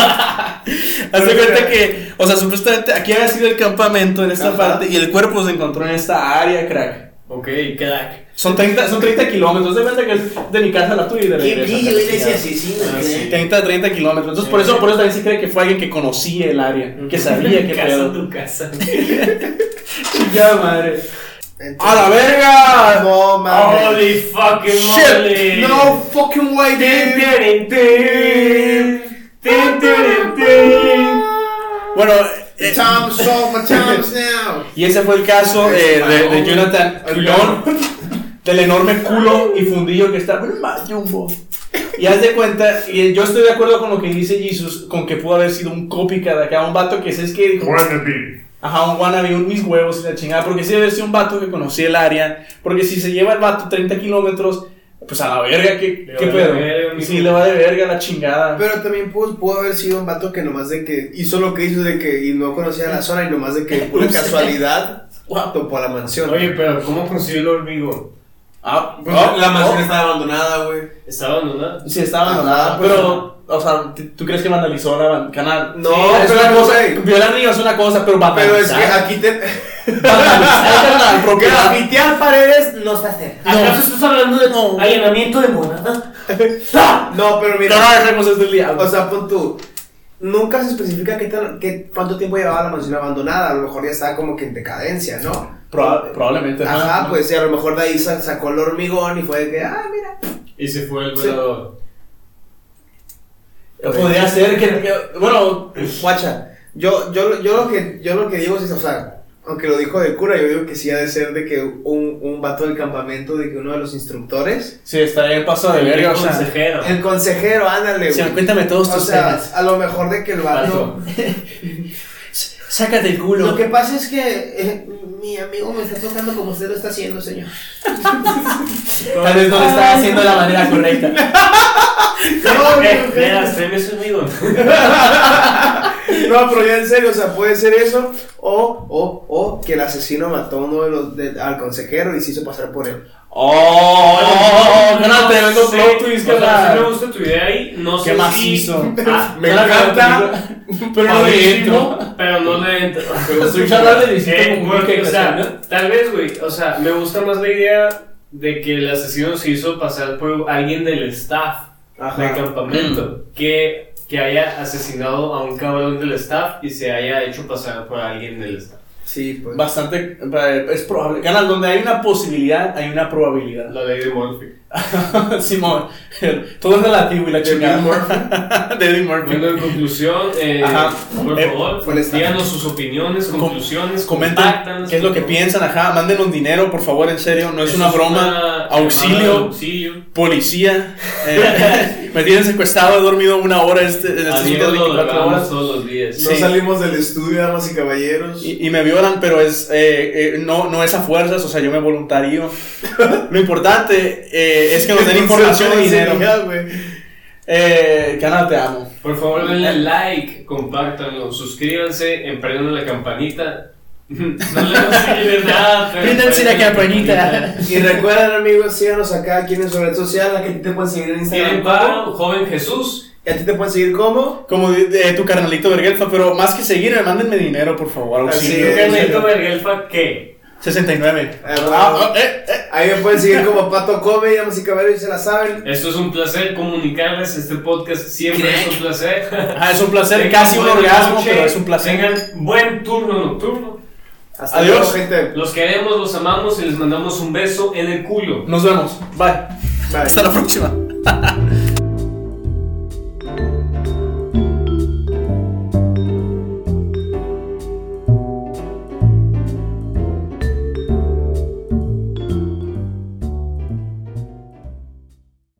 [SPEAKER 2] Haz de cuenta que, o sea, supuestamente aquí había sido el campamento en esta
[SPEAKER 4] Ajá.
[SPEAKER 2] parte y el cuerpo se encontró en esta área, crack.
[SPEAKER 3] Ok, crack.
[SPEAKER 2] Son 30, son 30 kilómetros, de cuenta que es de mi casa a la tuya y de
[SPEAKER 6] Qué
[SPEAKER 2] regreso.
[SPEAKER 6] brillo era ese asesino,
[SPEAKER 3] Ah,
[SPEAKER 4] ¿eh?
[SPEAKER 6] ¿verdad?
[SPEAKER 3] sí.
[SPEAKER 2] 30, 30 kilómetros. Entonces, por eso, por eso también se cree que fue alguien que conocía el área, que sabía que
[SPEAKER 5] Casa
[SPEAKER 2] pedo.
[SPEAKER 5] tu casa.
[SPEAKER 2] Ya, madre.
[SPEAKER 4] Entonces-
[SPEAKER 2] ¡A la verga!
[SPEAKER 4] No mames.
[SPEAKER 5] Holy fucking moly.
[SPEAKER 4] Shit. No fucking way,
[SPEAKER 5] Tin,
[SPEAKER 4] dude.
[SPEAKER 5] tin, tin, tin. Tin, tin, tin.
[SPEAKER 2] Bueno, eh,
[SPEAKER 4] Tom solve my times now.
[SPEAKER 2] y ese fue el caso eh, de, de Jonathan Culón, del enorme culo y fundillo que está. Bueno, más jumbo. Y haz de cuenta, y yo estoy de acuerdo con lo que dice Jesus, con que pudo haber sido un copycat acá, un vato que es que dijo, Ajá, un wannabe, un mis huevos y la chingada. Porque si debe ser un vato que conocía el área. Porque si se lleva el vato 30 kilómetros, pues a la verga, ¿qué,
[SPEAKER 3] Le
[SPEAKER 2] qué
[SPEAKER 3] va de
[SPEAKER 2] pedo?
[SPEAKER 3] verga, mijo.
[SPEAKER 2] sí, le va de verga la chingada.
[SPEAKER 4] Pero también pudo, pudo haber sido un vato que nomás de que hizo lo que hizo de que y no conocía la zona y nomás de que por casualidad topó a la mansión.
[SPEAKER 3] Oye, pero ¿cómo consiguió el hormigo?
[SPEAKER 2] ah,
[SPEAKER 4] Pues,
[SPEAKER 2] ah,
[SPEAKER 4] la mansión
[SPEAKER 2] ah,
[SPEAKER 4] estaba abandonada, güey.
[SPEAKER 3] ¿Está abandonada?
[SPEAKER 2] Sí, estaba
[SPEAKER 4] Ajá,
[SPEAKER 2] abandonada,
[SPEAKER 4] pues,
[SPEAKER 2] pero. O sea, ¿t- ¿tú crees que vandalizó la van- canal?
[SPEAKER 4] No,
[SPEAKER 2] Sí, es
[SPEAKER 4] pero,
[SPEAKER 2] una cosa.
[SPEAKER 4] güey.
[SPEAKER 2] Violar niños es una cosa, pero vandalizar.
[SPEAKER 4] Pero es que aquí te.
[SPEAKER 2] Vandalizar, carnal, propiedad.
[SPEAKER 6] Grafitear paredes no se hace.
[SPEAKER 5] ¿Acaso estás hablando de
[SPEAKER 2] No.
[SPEAKER 5] allanamiento de morada?
[SPEAKER 4] No, pero
[SPEAKER 2] No, no,
[SPEAKER 4] mira.
[SPEAKER 2] dejemos esto el diablo.
[SPEAKER 4] O sea, pon tú. Nunca se especifica qué tan- qué- cuánto tiempo llevaba la mansión abandonada. A lo mejor ya estaba como que en decadencia, ¿no?
[SPEAKER 2] Proba- probablemente.
[SPEAKER 4] Ajá,
[SPEAKER 2] ¿no?
[SPEAKER 4] pues sí, a lo mejor de ahí sa- sacó el hormigón y fue de que, ah, mira.
[SPEAKER 3] Y se fue el
[SPEAKER 4] Sí.
[SPEAKER 3] velador.
[SPEAKER 2] Podría ser que. que- Bueno,
[SPEAKER 4] Guacha, yo, yo, yo, lo que, yo lo que digo es, o sea, aunque lo dijo del cura, yo digo que sí ha de ser de que un, un vato del campamento, de que uno de los instructores,
[SPEAKER 2] sí, estaría en paso de verga, o sea.
[SPEAKER 3] consejero.
[SPEAKER 4] el consejero, ándale,
[SPEAKER 2] Sí,
[SPEAKER 4] güey.
[SPEAKER 2] cuéntame todos
[SPEAKER 4] O
[SPEAKER 2] tus
[SPEAKER 4] sea,
[SPEAKER 2] temas.
[SPEAKER 4] a lo mejor de que el vato...
[SPEAKER 3] Falso.
[SPEAKER 2] Sácate el culo.
[SPEAKER 6] Lo que pasa es que eh, mi amigo me está tocando como usted lo está haciendo, señor.
[SPEAKER 2] Tal vez no lo estaba haciendo de la manera correcta.
[SPEAKER 4] No,
[SPEAKER 5] Eh,
[SPEAKER 4] güey.
[SPEAKER 5] Mira, tráeme ese amigo.
[SPEAKER 4] No, pero ya en serio, o sea, puede ser eso, o, o, o, que el asesino mató a uno de los, de- al consejero y se hizo pasar por él.
[SPEAKER 2] Oh, oh, no, no, tremendo
[SPEAKER 3] Sí,
[SPEAKER 2] plot twist,
[SPEAKER 3] o sea, sí me
[SPEAKER 2] carnal.
[SPEAKER 3] gusta tu idea ahí. No sé
[SPEAKER 2] Qué
[SPEAKER 3] si...
[SPEAKER 2] macizo.
[SPEAKER 3] Ah,
[SPEAKER 4] Me
[SPEAKER 2] Carnal,
[SPEAKER 4] encanta,
[SPEAKER 2] Pero no le entro.
[SPEAKER 3] Pero no le entro.
[SPEAKER 2] Escucha hablar de Luisito
[SPEAKER 3] Eh,
[SPEAKER 2] Comunica
[SPEAKER 3] porque,
[SPEAKER 2] y
[SPEAKER 3] o
[SPEAKER 2] Castaño.
[SPEAKER 3] sea, tal vez, güey, o sea, me gusta más la idea de que el asesino se hizo pasar por alguien del staff
[SPEAKER 4] Ajá.
[SPEAKER 3] del campamento
[SPEAKER 2] Mm.
[SPEAKER 3] que, que haya asesinado a un cabrón del staff y se haya hecho pasar por alguien del staff.
[SPEAKER 4] Sí, pues.
[SPEAKER 2] Bastante. eh, Es probable. Canal, donde hay una posibilidad, hay una probabilidad.
[SPEAKER 3] La ley de Murphy.
[SPEAKER 2] Simón, todo es relativo y la chingada. David Murphy.
[SPEAKER 3] Bueno, en conclusión, eh,
[SPEAKER 2] Ajá.
[SPEAKER 3] por
[SPEAKER 2] Eh,
[SPEAKER 3] favor,
[SPEAKER 4] fue el staff.
[SPEAKER 3] díganos sus opiniones,
[SPEAKER 2] Com-
[SPEAKER 3] conclusiones,
[SPEAKER 2] Comenten
[SPEAKER 3] compártanos,
[SPEAKER 2] qué es lo
[SPEAKER 3] por
[SPEAKER 2] que
[SPEAKER 3] favor.
[SPEAKER 2] piensan, ajá, mándenos dinero, por favor, en serio, no es
[SPEAKER 3] Eso
[SPEAKER 2] una broma,
[SPEAKER 3] llamada de
[SPEAKER 2] auxilio,
[SPEAKER 3] auxilio.
[SPEAKER 2] policía, eh, me tienen secuestrado, he dormido una hora este, en estas últimas
[SPEAKER 3] Adiós, lo
[SPEAKER 2] 24
[SPEAKER 3] grabamos
[SPEAKER 2] horas
[SPEAKER 3] todos los días.
[SPEAKER 4] No
[SPEAKER 2] sí.
[SPEAKER 4] salimos del estudio, damas y caballeros.
[SPEAKER 2] y, y me violan, pero es eh, eh, no, no es a fuerzas, o sea, yo me voluntario. Lo importante eh, es que nos den información y dinero.
[SPEAKER 4] Sería, güey.
[SPEAKER 2] Eh, canal, te amo.
[SPEAKER 3] Por favor, denle like, compártanlo, suscríbanse, emprendan la campanita. No le consiguen nada, pero.
[SPEAKER 2] Príndanse la
[SPEAKER 3] prenden
[SPEAKER 2] campanita.
[SPEAKER 4] Y recuerden, amigos, síganos acá aquí en su red social, a que a ti te pueden seguir en Instagram.
[SPEAKER 3] Tienen paro, joven Jesús.
[SPEAKER 4] ¿Y a ti te pueden seguir como?
[SPEAKER 2] Como di- de tu carnalito Vergelfa, pero más que seguirme, mándenme dinero, por favor,
[SPEAKER 4] Así
[SPEAKER 2] auxilio.
[SPEAKER 4] es.
[SPEAKER 3] Carnalito Vergelfa, ¿qué?
[SPEAKER 2] 69.
[SPEAKER 4] Ah, ah,
[SPEAKER 2] eh, eh.
[SPEAKER 4] Ahí me pueden seguir como Pato Come, damas y caballeros, se la saben.
[SPEAKER 3] Esto es un placer comunicarles. Este podcast siempre es un placer.
[SPEAKER 2] Ajá, Ah, es un placer,
[SPEAKER 3] Tengan
[SPEAKER 2] casi un
[SPEAKER 3] buena
[SPEAKER 2] orgasmo,
[SPEAKER 3] noche,
[SPEAKER 2] pero es un placer.
[SPEAKER 3] Tengan buen turno nocturno.
[SPEAKER 4] Hasta
[SPEAKER 2] Adiós.
[SPEAKER 4] luego, gente.
[SPEAKER 3] Los queremos, los amamos y les mandamos un beso en el culo.
[SPEAKER 2] Nos vemos. Bye.
[SPEAKER 4] Bye.
[SPEAKER 2] Hasta la próxima.